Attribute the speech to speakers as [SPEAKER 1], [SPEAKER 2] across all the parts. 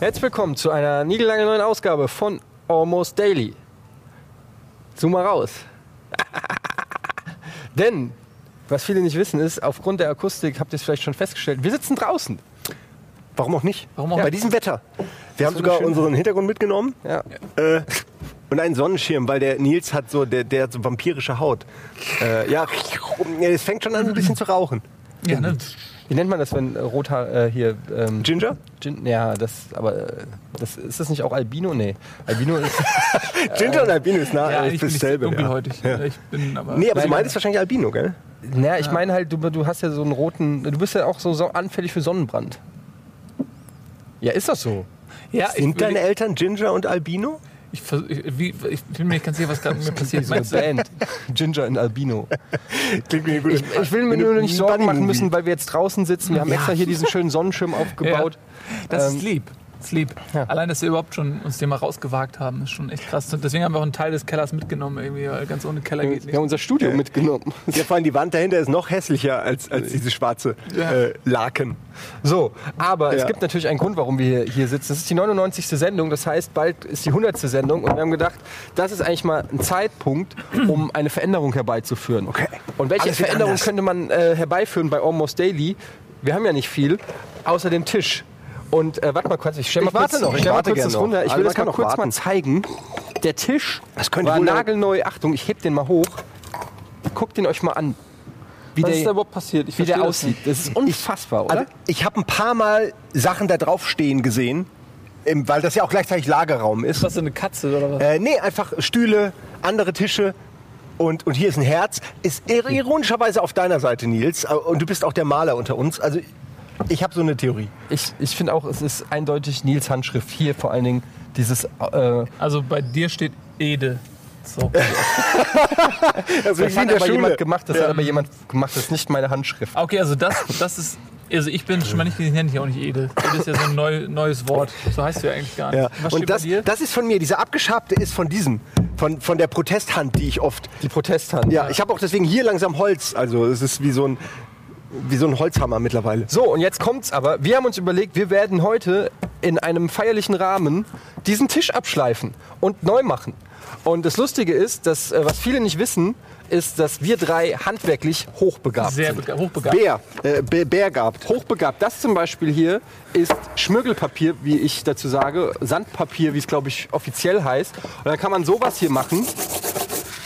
[SPEAKER 1] Herzlich willkommen zu einer niegelangen neuen Ausgabe von Almost Daily. Zoom mal raus. Denn, was viele nicht wissen, ist, aufgrund der Akustik habt ihr es vielleicht schon festgestellt, wir sitzen draußen.
[SPEAKER 2] Warum auch nicht?
[SPEAKER 3] Warum auch
[SPEAKER 2] Bei
[SPEAKER 3] nicht?
[SPEAKER 2] diesem Wetter. Wir haben
[SPEAKER 1] so
[SPEAKER 2] sogar
[SPEAKER 1] schön.
[SPEAKER 2] unseren Hintergrund mitgenommen
[SPEAKER 1] Ja.
[SPEAKER 2] äh, und einen Sonnenschirm, weil der Nils hat so, der, der hat so vampirische Haut. Äh, ja, ja, es fängt schon an, ein bisschen zu rauchen.
[SPEAKER 3] Ja, ne?
[SPEAKER 1] Wie nennt man das, wenn äh, Rothaar äh, hier. Ähm,
[SPEAKER 2] Ginger?
[SPEAKER 1] Gin, ja, das, aber äh, das, ist das nicht auch Albino? Nee. Albino ist.
[SPEAKER 2] Ginger und Albino ist nah,
[SPEAKER 3] Äh,
[SPEAKER 2] äh,
[SPEAKER 3] ja
[SPEAKER 2] ist
[SPEAKER 3] ich bin nicht
[SPEAKER 2] dasselbe, ja.
[SPEAKER 3] dunkelhäutig. Ja. Ich bin aber.
[SPEAKER 2] Nee, aber du
[SPEAKER 1] Nein,
[SPEAKER 2] meintest wahrscheinlich Albino, gell?
[SPEAKER 1] naja, ich meine halt, du, du hast ja so einen roten. Du bist ja auch so sau- anfällig für Sonnenbrand. Ja, ist das so?
[SPEAKER 3] ja, ich,
[SPEAKER 2] Sind deine
[SPEAKER 3] ich,
[SPEAKER 2] Eltern Ginger und Albino?
[SPEAKER 3] ich, vers- ich, wie, ich bin mir nicht ganz sicher, was gerade mit mir passiert.
[SPEAKER 1] So eine
[SPEAKER 3] Meinst du? äh,
[SPEAKER 1] Band. Ginger und Albino.
[SPEAKER 2] Klingt mir gut.
[SPEAKER 1] Ich, ich will mir nur nicht Sorgen machen müssen, weil wir jetzt draußen sitzen. Wir haben
[SPEAKER 2] Ja.
[SPEAKER 1] extra hier diesen schönen Sonnenschirm aufgebaut.
[SPEAKER 3] Das
[SPEAKER 1] Ähm,
[SPEAKER 3] ist lieb. Das ist lieb.
[SPEAKER 1] Ja.
[SPEAKER 3] Allein, dass wir überhaupt schon uns den mal rausgewagt haben, ist schon echt krass. Und deswegen haben wir auch einen Teil des Kellers mitgenommen, irgendwie, weil ganz ohne Keller geht
[SPEAKER 1] Wir haben
[SPEAKER 3] nicht.
[SPEAKER 1] unser Studio mitgenommen.
[SPEAKER 2] Ja, vor allem die Wand dahinter ist noch hässlicher als, als diese schwarze
[SPEAKER 3] Äh, Ja.
[SPEAKER 2] äh, Laken.
[SPEAKER 1] So, aber es
[SPEAKER 2] Ja.
[SPEAKER 1] gibt natürlich einen Grund, warum wir hier sitzen. Das ist die 99. Sendung, das heißt, bald ist die 100. Sendung. Und wir haben gedacht, das ist eigentlich mal ein Zeitpunkt, um eine Veränderung herbeizuführen.
[SPEAKER 2] Okay.
[SPEAKER 1] Und welche
[SPEAKER 2] Alles wird
[SPEAKER 1] Veränderung
[SPEAKER 2] anders.
[SPEAKER 1] könnte man äh, herbeiführen bei Almost Daily? Wir haben ja nicht viel, außer dem Tisch. Und äh, warte mal kurz, ich stelle mal
[SPEAKER 2] Ich warte
[SPEAKER 1] kurz,
[SPEAKER 2] noch, ich
[SPEAKER 1] stell mal
[SPEAKER 2] warte
[SPEAKER 1] kurz
[SPEAKER 2] gern
[SPEAKER 1] das
[SPEAKER 2] noch.
[SPEAKER 1] runter. Ich
[SPEAKER 2] Also
[SPEAKER 1] will
[SPEAKER 2] man
[SPEAKER 1] das
[SPEAKER 2] kann
[SPEAKER 1] mal
[SPEAKER 2] noch
[SPEAKER 1] kurz mal
[SPEAKER 2] warten.
[SPEAKER 1] zeigen. Der Tisch
[SPEAKER 2] Das könnte
[SPEAKER 1] war
[SPEAKER 2] wohl-
[SPEAKER 1] nagelneu. Achtung, ich heb den mal hoch. Guckt den euch mal an. Wie
[SPEAKER 3] Was
[SPEAKER 1] der,
[SPEAKER 3] ist da überhaupt passiert? Ich
[SPEAKER 1] wie der
[SPEAKER 3] verstehe
[SPEAKER 1] aussieht. Das ist unfassbar, oder?
[SPEAKER 2] Also, ich habe ein paar Mal Sachen da drauf stehen gesehen, ähm, weil das ja auch gleichzeitig
[SPEAKER 3] Das
[SPEAKER 2] Lagerraum
[SPEAKER 3] nicht. Ist
[SPEAKER 2] ist.
[SPEAKER 3] das so eine Katze oder was?
[SPEAKER 2] Äh, nee, einfach Stühle, andere Tische. Und, und hier ist ein Herz. Ist ir- ironischerweise auf deiner Seite, Nils. Äh, Und du bist auch der Maler unter uns. Also, ich habe so eine Theorie.
[SPEAKER 1] Ich, ich finde auch, es ist eindeutig Nils Handschrift. Hier vor allen Dingen dieses. Äh,
[SPEAKER 3] Also bei dir steht Ede. So.
[SPEAKER 2] Also,
[SPEAKER 1] das hat aber jemand gemacht, das hat aber jemand gemacht, das ist nicht meine Handschrift.
[SPEAKER 3] Okay, also das, das ist. Also ich bin schon mal nicht, ich nenne dich auch nicht Ede. Ede ist ja so ein neu, neues Wort. So heißt du ja eigentlich gar nicht.
[SPEAKER 2] Ja.
[SPEAKER 3] Was steht
[SPEAKER 2] Und das,
[SPEAKER 3] bei dir?
[SPEAKER 2] das ist von mir. Dieser abgeschabte ist von diesem. Von, von der Protesthand, die ich oft.
[SPEAKER 1] Die Protesthand.
[SPEAKER 2] Ja, ich habe auch deswegen hier langsam Holz. Also, es ist wie so ein, wie so ein Holzhammer mittlerweile.
[SPEAKER 1] So, und jetzt kommt's aber. Wir haben uns überlegt, wir werden heute in einem feierlichen Rahmen diesen Tisch abschleifen und neu machen. Und das Lustige ist, dass, äh, was viele nicht wissen, ist, dass wir drei handwerklich hochbegabt
[SPEAKER 3] Sehr
[SPEAKER 1] sind.
[SPEAKER 3] bega- hochbegabt.
[SPEAKER 2] Bär. Äh, Bär, Bär gehabt.
[SPEAKER 1] Hochbegabt. Das zum Beispiel hier ist Schmirgelpapier, wie ich dazu sage. Sandpapier, wie es, glaube ich, offiziell heißt. Und dann kann man sowas hier machen.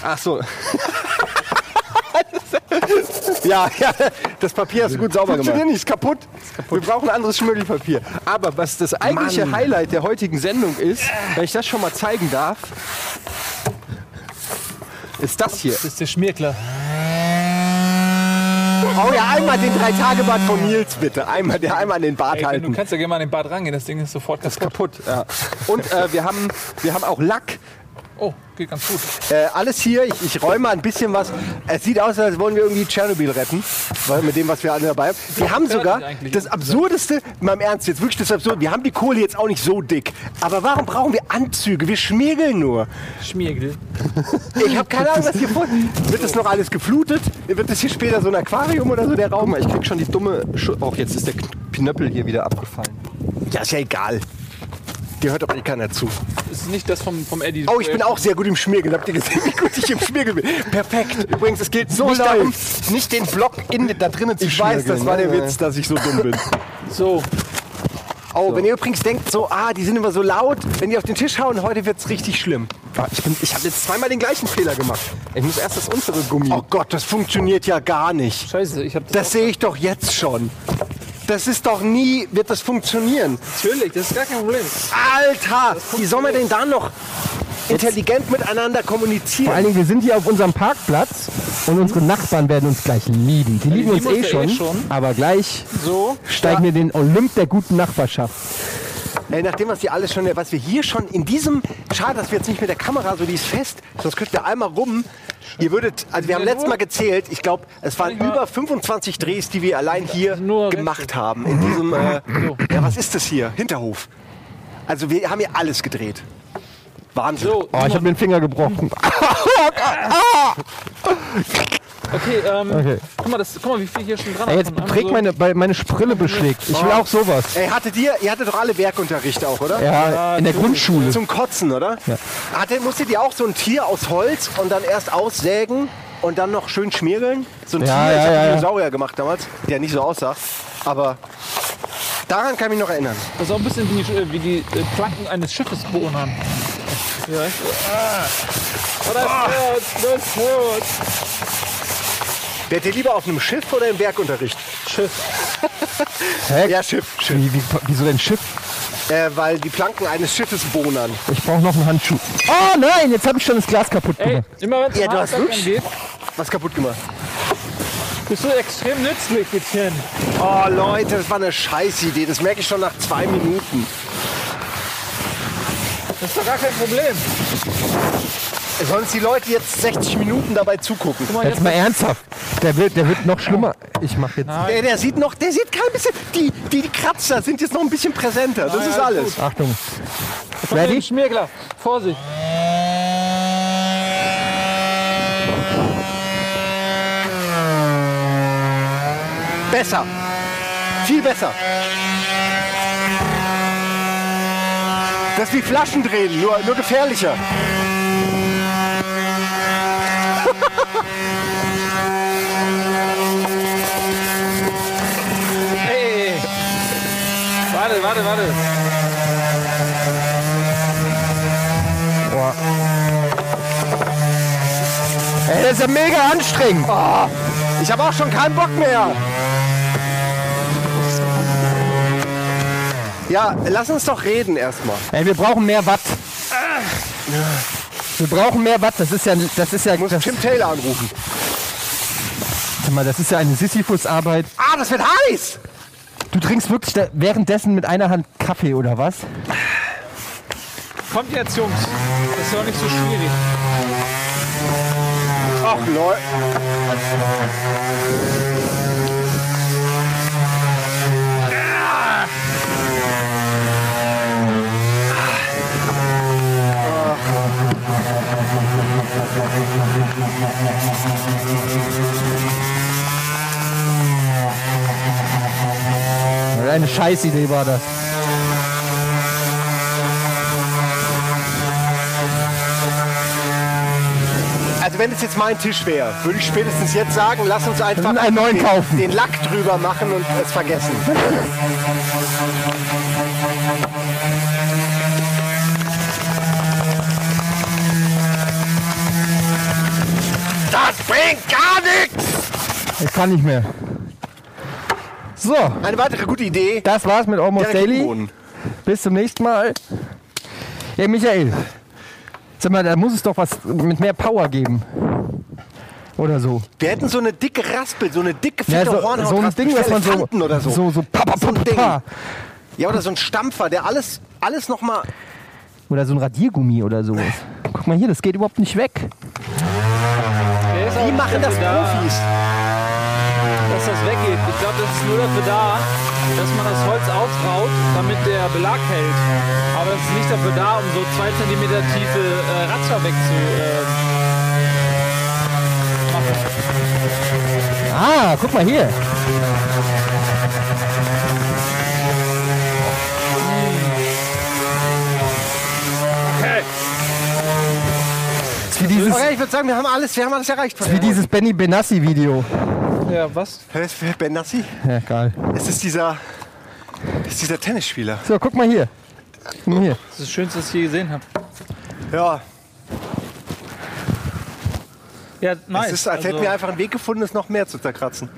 [SPEAKER 1] Ach so.
[SPEAKER 2] Ja, ja, das Papier hast du gut sauber
[SPEAKER 1] Funktioniert
[SPEAKER 2] gemacht.
[SPEAKER 1] nicht, ist kaputt. Wir brauchen anderes Schmirgelpapier. Aber was das eigentliche
[SPEAKER 2] Mann.
[SPEAKER 1] Highlight der heutigen Sendung ist, wenn ich das schon mal zeigen darf, ist das hier.
[SPEAKER 3] Das ist der Schmierkler.
[SPEAKER 2] Oh ja, einmal den Drei-Tage-Bart von Nils bitte. Einmal, der, einmal an den Bart
[SPEAKER 3] Ey, du
[SPEAKER 2] halten.
[SPEAKER 3] kannst ja gerne mal an den Bart rangehen, das Ding ist sofort kaputt.
[SPEAKER 1] Kaputt. Ja. Und äh, wir, haben, wir haben auch Lack.
[SPEAKER 3] Oh, geht ganz gut.
[SPEAKER 2] Äh, alles hier, ich, ich räume mal ein bisschen was. Es sieht aus, als wollen wir irgendwie Tschernobyl retten. Weil mit dem, was wir alle dabei haben. Wir haben
[SPEAKER 3] fertig
[SPEAKER 2] sogar
[SPEAKER 3] eigentlich.
[SPEAKER 2] das Absurdeste, mal im Ernst jetzt, wirklich das Absurde. Wir haben die Kohle jetzt auch nicht so dick. Aber warum brauchen wir Anzüge? Wir schmiergeln nur.
[SPEAKER 3] Schmiergel.
[SPEAKER 2] Ich habe keine Ahnung, was hier vor. Wird das noch alles geflutet? Wird das hier später so ein Aquarium oder so der
[SPEAKER 1] Guck
[SPEAKER 2] Raum?
[SPEAKER 1] mal, ich krieg schon die dumme. Schu auch jetzt ist der Knöppel hier wieder abgefallen.
[SPEAKER 2] Ja, ist ja egal. Dir hört doch eh keiner zu.
[SPEAKER 3] Ist nicht das vom, vom Eddie.
[SPEAKER 2] Oh, ich bin auch sehr gut im Schmirgeln. Habt ihr gesehen, wie gut ich im Schmirgeln bin? Perfekt. Übrigens, es geht so nicht darum,
[SPEAKER 1] nicht den Block in, da drinnen zu
[SPEAKER 2] Ich weiß, das war der
[SPEAKER 1] ne?
[SPEAKER 2] Witz, dass ich so dumm bin.
[SPEAKER 3] So,
[SPEAKER 2] Oh, wenn ihr übrigens denkt, so, ah, die sind immer so laut, wenn die auf den Tisch hauen, heute wird's richtig schlimm.
[SPEAKER 1] Ah, Ich, bin- ich habe jetzt zweimal den gleichen Fehler gemacht. Ich muss erst das untere Gummi.
[SPEAKER 2] Oh Gott, das funktioniert ja gar nicht.
[SPEAKER 3] scheiße, ich hab das.
[SPEAKER 2] Das sehe ich doch jetzt schon. Das ist doch nie, wird das funktionieren.
[SPEAKER 3] Natürlich, das ist gar kein Problem.
[SPEAKER 2] Alter, wie soll man denn da noch intelligent miteinander kommunizieren?
[SPEAKER 4] Vor allen Dingen, wir sind hier auf unserem Parkplatz und unsere Nachbarn werden uns gleich lieben. Die lieben uns
[SPEAKER 3] lieben
[SPEAKER 4] eh
[SPEAKER 3] uns ja eh
[SPEAKER 4] schon,
[SPEAKER 3] schon.
[SPEAKER 4] aber gleich
[SPEAKER 3] So,
[SPEAKER 4] steigen wir den Olymp der guten Nachbarschaft.
[SPEAKER 2] Ey, nachdem Äh, was hier alles schon, was wir hier schon in diesem, schade, dass wir jetzt nicht mit der Kamera so, die ist fest, sonst könnten wir einmal rum. Ihr würdet, also wir haben letztes Mal gezählt, ich glaube, es waren über 25 Drehs, die wir allein hier
[SPEAKER 3] Nur
[SPEAKER 2] gemacht haben. In diesem, äh, ja, was ist das hier? Hinterhof. Also wir haben hier alles gedreht. Wahnsinn.
[SPEAKER 1] Oh,
[SPEAKER 3] so.
[SPEAKER 4] Oh, ich habe den Finger gebrochen.
[SPEAKER 5] Okay, ähm,
[SPEAKER 1] Okay.
[SPEAKER 5] Guck, mal, das, guck mal, wie viel hier schon dran
[SPEAKER 1] Ey, jetzt
[SPEAKER 5] kommt.
[SPEAKER 3] Also,
[SPEAKER 1] trägt
[SPEAKER 5] Einmal
[SPEAKER 1] meine, weil meine Sprille beschlägt. Ich will auch sowas.
[SPEAKER 2] Ey, hattet ihr, ihr hattet doch alle Werkunterricht auch, oder?
[SPEAKER 1] Ja, in der Grundschule.
[SPEAKER 2] Zum Kotzen, oder? Ja. Hatte, musstet ihr auch so ein Tier aus Holz und dann erst aussägen und dann noch schön schmiergeln? So
[SPEAKER 1] Ja,
[SPEAKER 2] ein Tier,
[SPEAKER 1] ja,
[SPEAKER 2] ich hab
[SPEAKER 1] ja,
[SPEAKER 2] einen
[SPEAKER 1] ja.
[SPEAKER 2] Dinosaurier gemacht damals, der nicht so aussah. Aber daran kann ich mich noch erinnern.
[SPEAKER 5] so- Das ist auch ein bisschen wie die, wie die äh, Planken eines Schiffes bohren haben. Ja, weißt du? ah. Oh, das hört,
[SPEAKER 3] ne,
[SPEAKER 5] das hört.
[SPEAKER 2] Wärt ihr lieber auf einem Schiff oder im Werkunterricht?
[SPEAKER 5] Schiff.
[SPEAKER 1] Hä?
[SPEAKER 2] Ja, Schiff, Schiff.
[SPEAKER 1] Wie, wie, wieso denn Schiff?
[SPEAKER 2] Äh, weil die Planken eines Schiffes bohnern.
[SPEAKER 1] Ich brauche noch einen Handschuh. Oh nein, jetzt habe ich schon das Glas kaputt
[SPEAKER 5] Ey,
[SPEAKER 1] gemacht.
[SPEAKER 5] immer wenn es
[SPEAKER 2] Ja,
[SPEAKER 5] ja,
[SPEAKER 2] du hast Lutsch.
[SPEAKER 5] geht,
[SPEAKER 2] Was kaputt gemacht.
[SPEAKER 5] bist du extrem nützlich, Gittchen.
[SPEAKER 2] Oh Leute, das war eine Scheißidee. Das merke ich schon nach zwei Minuten.
[SPEAKER 5] Das ist doch gar kein Problem.
[SPEAKER 2] Sollen uns die Leute jetzt 60 Minuten dabei zugucken?
[SPEAKER 5] Guck mal,
[SPEAKER 1] Jetzt mal ernsthaft. Der wird, der wird noch schlimmer. Ich mache jetzt.
[SPEAKER 2] Der, der sieht noch, der sieht kein bisschen. Die, die, die Kratzer sind jetzt noch ein bisschen präsenter. Das ist alles.
[SPEAKER 1] Achtung.
[SPEAKER 5] Mit dem
[SPEAKER 1] Ready?
[SPEAKER 5] Schmiergler. Vorsicht.
[SPEAKER 2] Besser. Viel besser. Das ist wie Flaschen drehen, nur, nur gefährlicher.
[SPEAKER 5] Ey. Warte, warte, warte.
[SPEAKER 1] Ey, das ist ja mega anstrengend.
[SPEAKER 5] Ah.
[SPEAKER 2] Ich habe auch schon keinen Bock mehr. Ja, lass uns doch reden erstmal.
[SPEAKER 1] Ey, wir brauchen mehr Watt. Wir brauchen mehr Watt. Das ist ja, das ist ja,
[SPEAKER 2] Muss
[SPEAKER 1] das,
[SPEAKER 2] Tim Taylor anrufen.
[SPEAKER 1] Warte mal, das ist ja eine Sisyphus-Arbeit.
[SPEAKER 2] Ah, das wird heiß!
[SPEAKER 1] Du trinkst wirklich da, währenddessen mit einer Hand Kaffee oder was?
[SPEAKER 5] Kommt jetzt, Jungs. Das ist doch nicht so schwierig.
[SPEAKER 2] Ach Leute.
[SPEAKER 1] Eine Scheißidee war das.
[SPEAKER 2] Also wenn es jetzt mein Tisch wäre, würde ich spätestens jetzt sagen, lass uns einfach
[SPEAKER 1] Dann einen neuen
[SPEAKER 2] den,
[SPEAKER 1] kaufen.
[SPEAKER 2] den Lack drüber machen und es vergessen. Das bringt gar nichts!
[SPEAKER 1] Ich kann nicht mehr. So,
[SPEAKER 2] Eine weitere gute Idee.
[SPEAKER 1] das war's mit Almost
[SPEAKER 2] Direkt im
[SPEAKER 1] Daily.
[SPEAKER 2] Boden.
[SPEAKER 1] Bis zum nächsten Mal. Ey, Michael. Sag mal, da muss es doch was mit mehr Power geben. Oder so.
[SPEAKER 2] Wir hätten so eine dicke Raspel, so eine dicke, fette
[SPEAKER 1] Ja, so, so ein
[SPEAKER 2] Hornhautraspel
[SPEAKER 1] Ding,
[SPEAKER 2] für
[SPEAKER 1] was man so.
[SPEAKER 2] Elefanten oder so.
[SPEAKER 1] So, so, pa, pa,
[SPEAKER 2] So
[SPEAKER 1] pa,
[SPEAKER 2] ein
[SPEAKER 1] pa,
[SPEAKER 2] Ding.
[SPEAKER 1] pa.
[SPEAKER 2] Ja, oder so ein Stampfer, der alles, alles nochmal...
[SPEAKER 1] Oder so ein Radiergummi oder sowas. Guck mal hier, das geht überhaupt nicht weg.
[SPEAKER 5] Der ist auch
[SPEAKER 2] Wie machen das
[SPEAKER 5] dafür da,
[SPEAKER 2] Profis?
[SPEAKER 5] Dass das weggeht. Ich glaube, das ist nur dafür da, dass man das Holz aufraut, damit der Belag hält. Aber das ist nicht dafür da, um so zwei Zentimeter tiefe äh, Ratzer wegzu... Äh, machen.
[SPEAKER 1] Ah, guck mal hier. Ist Wie dieses,
[SPEAKER 2] Okay, ich würde sagen, wir haben alles, wir haben alles erreicht.
[SPEAKER 1] wie dieses Benny Benassi Video.
[SPEAKER 5] Ja, was?
[SPEAKER 2] Wer ist wer- Ben Nassi?
[SPEAKER 1] Ja, geil.
[SPEAKER 2] Es ist dieser, es ist dieser Tennisspieler.
[SPEAKER 1] So, guck mal hier. Guck mal hier.
[SPEAKER 5] Das ist das Schönste, was ich je gesehen habe.
[SPEAKER 2] Ja,
[SPEAKER 5] Ja, nice. Also,
[SPEAKER 2] es ist, als hätten wir einfach einen Weg gefunden, es noch mehr zu zerkratzen.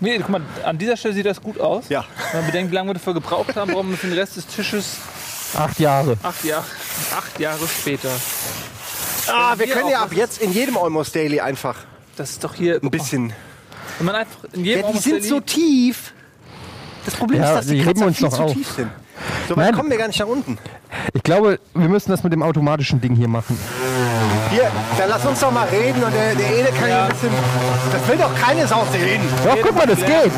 [SPEAKER 5] nee, guck mal, an dieser Stelle sieht das gut aus.
[SPEAKER 2] Ja.
[SPEAKER 5] Wenn man bedenkt, wie lange wir dafür gebraucht haben, brauchen wir für den Rest des Tisches
[SPEAKER 1] Acht Jahre.
[SPEAKER 5] acht Jahre, acht Jahre später.
[SPEAKER 2] Ah, wir
[SPEAKER 5] wir
[SPEAKER 2] können ja
[SPEAKER 5] auch
[SPEAKER 2] ab jetzt in jedem Almost Daily einfach
[SPEAKER 5] Das ist doch hier
[SPEAKER 2] ein bisschen.
[SPEAKER 5] Wenn man einfach in
[SPEAKER 2] Ja,
[SPEAKER 5] jedem
[SPEAKER 2] die
[SPEAKER 5] Raum
[SPEAKER 2] sind
[SPEAKER 5] auf der
[SPEAKER 2] so
[SPEAKER 5] Linie-
[SPEAKER 2] tief. Das Problem
[SPEAKER 1] Ja,
[SPEAKER 2] ist, dass die
[SPEAKER 1] die heben
[SPEAKER 2] Kratzer
[SPEAKER 1] uns
[SPEAKER 2] viel
[SPEAKER 1] doch
[SPEAKER 2] zu
[SPEAKER 1] auf.
[SPEAKER 2] tief sind. So weit
[SPEAKER 1] Nein.
[SPEAKER 2] kommen wir gar nicht nach unten.
[SPEAKER 1] Ich glaube, wir müssen das mit dem automatischen Ding hier machen.
[SPEAKER 2] Hier, dann lass uns doch mal reden und der, der Ede kann ja ein bisschen. Das will doch keine Sau sehen.
[SPEAKER 1] Doch, guck mal, das geht.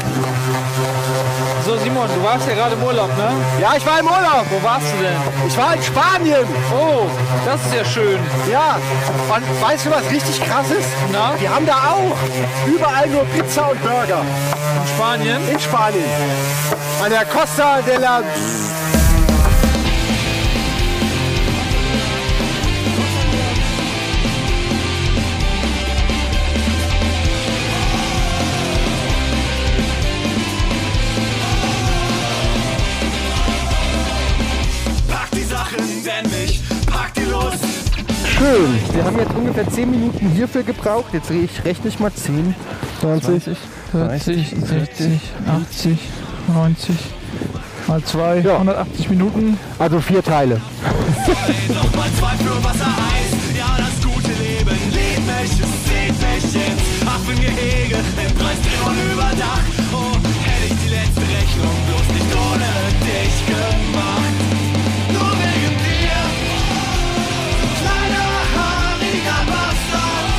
[SPEAKER 5] So, Simon, du warst ja gerade im Urlaub, ne?
[SPEAKER 2] Ja, ich war im Urlaub.
[SPEAKER 5] Wo warst du denn?
[SPEAKER 2] Ich war in Spanien.
[SPEAKER 5] Oh, das ist ja schön.
[SPEAKER 2] Ja. Und weißt du, was richtig krass ist?
[SPEAKER 5] Na?
[SPEAKER 2] Die haben da auch überall nur Pizza und Burger.
[SPEAKER 5] In Spanien?
[SPEAKER 2] In Spanien. An der Costa de la...
[SPEAKER 6] Pack die Sachen, denn mich pack die Lust.
[SPEAKER 7] Schön. Wir haben jetzt ungefähr 10 Minuten hierfür gebraucht. Jetzt re- ich rechne ich mal 10, 20.
[SPEAKER 8] 40, 60, 80, 90. Mal 2,
[SPEAKER 7] Ja.
[SPEAKER 8] 180 Minuten.
[SPEAKER 7] Also vier Teile.
[SPEAKER 6] Nochmal zwei für Wasser, Eis. Ja, das gute Leben. Lieb mich, seht mich jetzt. Affengehege im Preisdrehung über Dach. Oh, hätte ich die letzte Rechnung bloß nicht ohne dich gemacht. Nur wegen dir. Kleiner, haariger Bastard.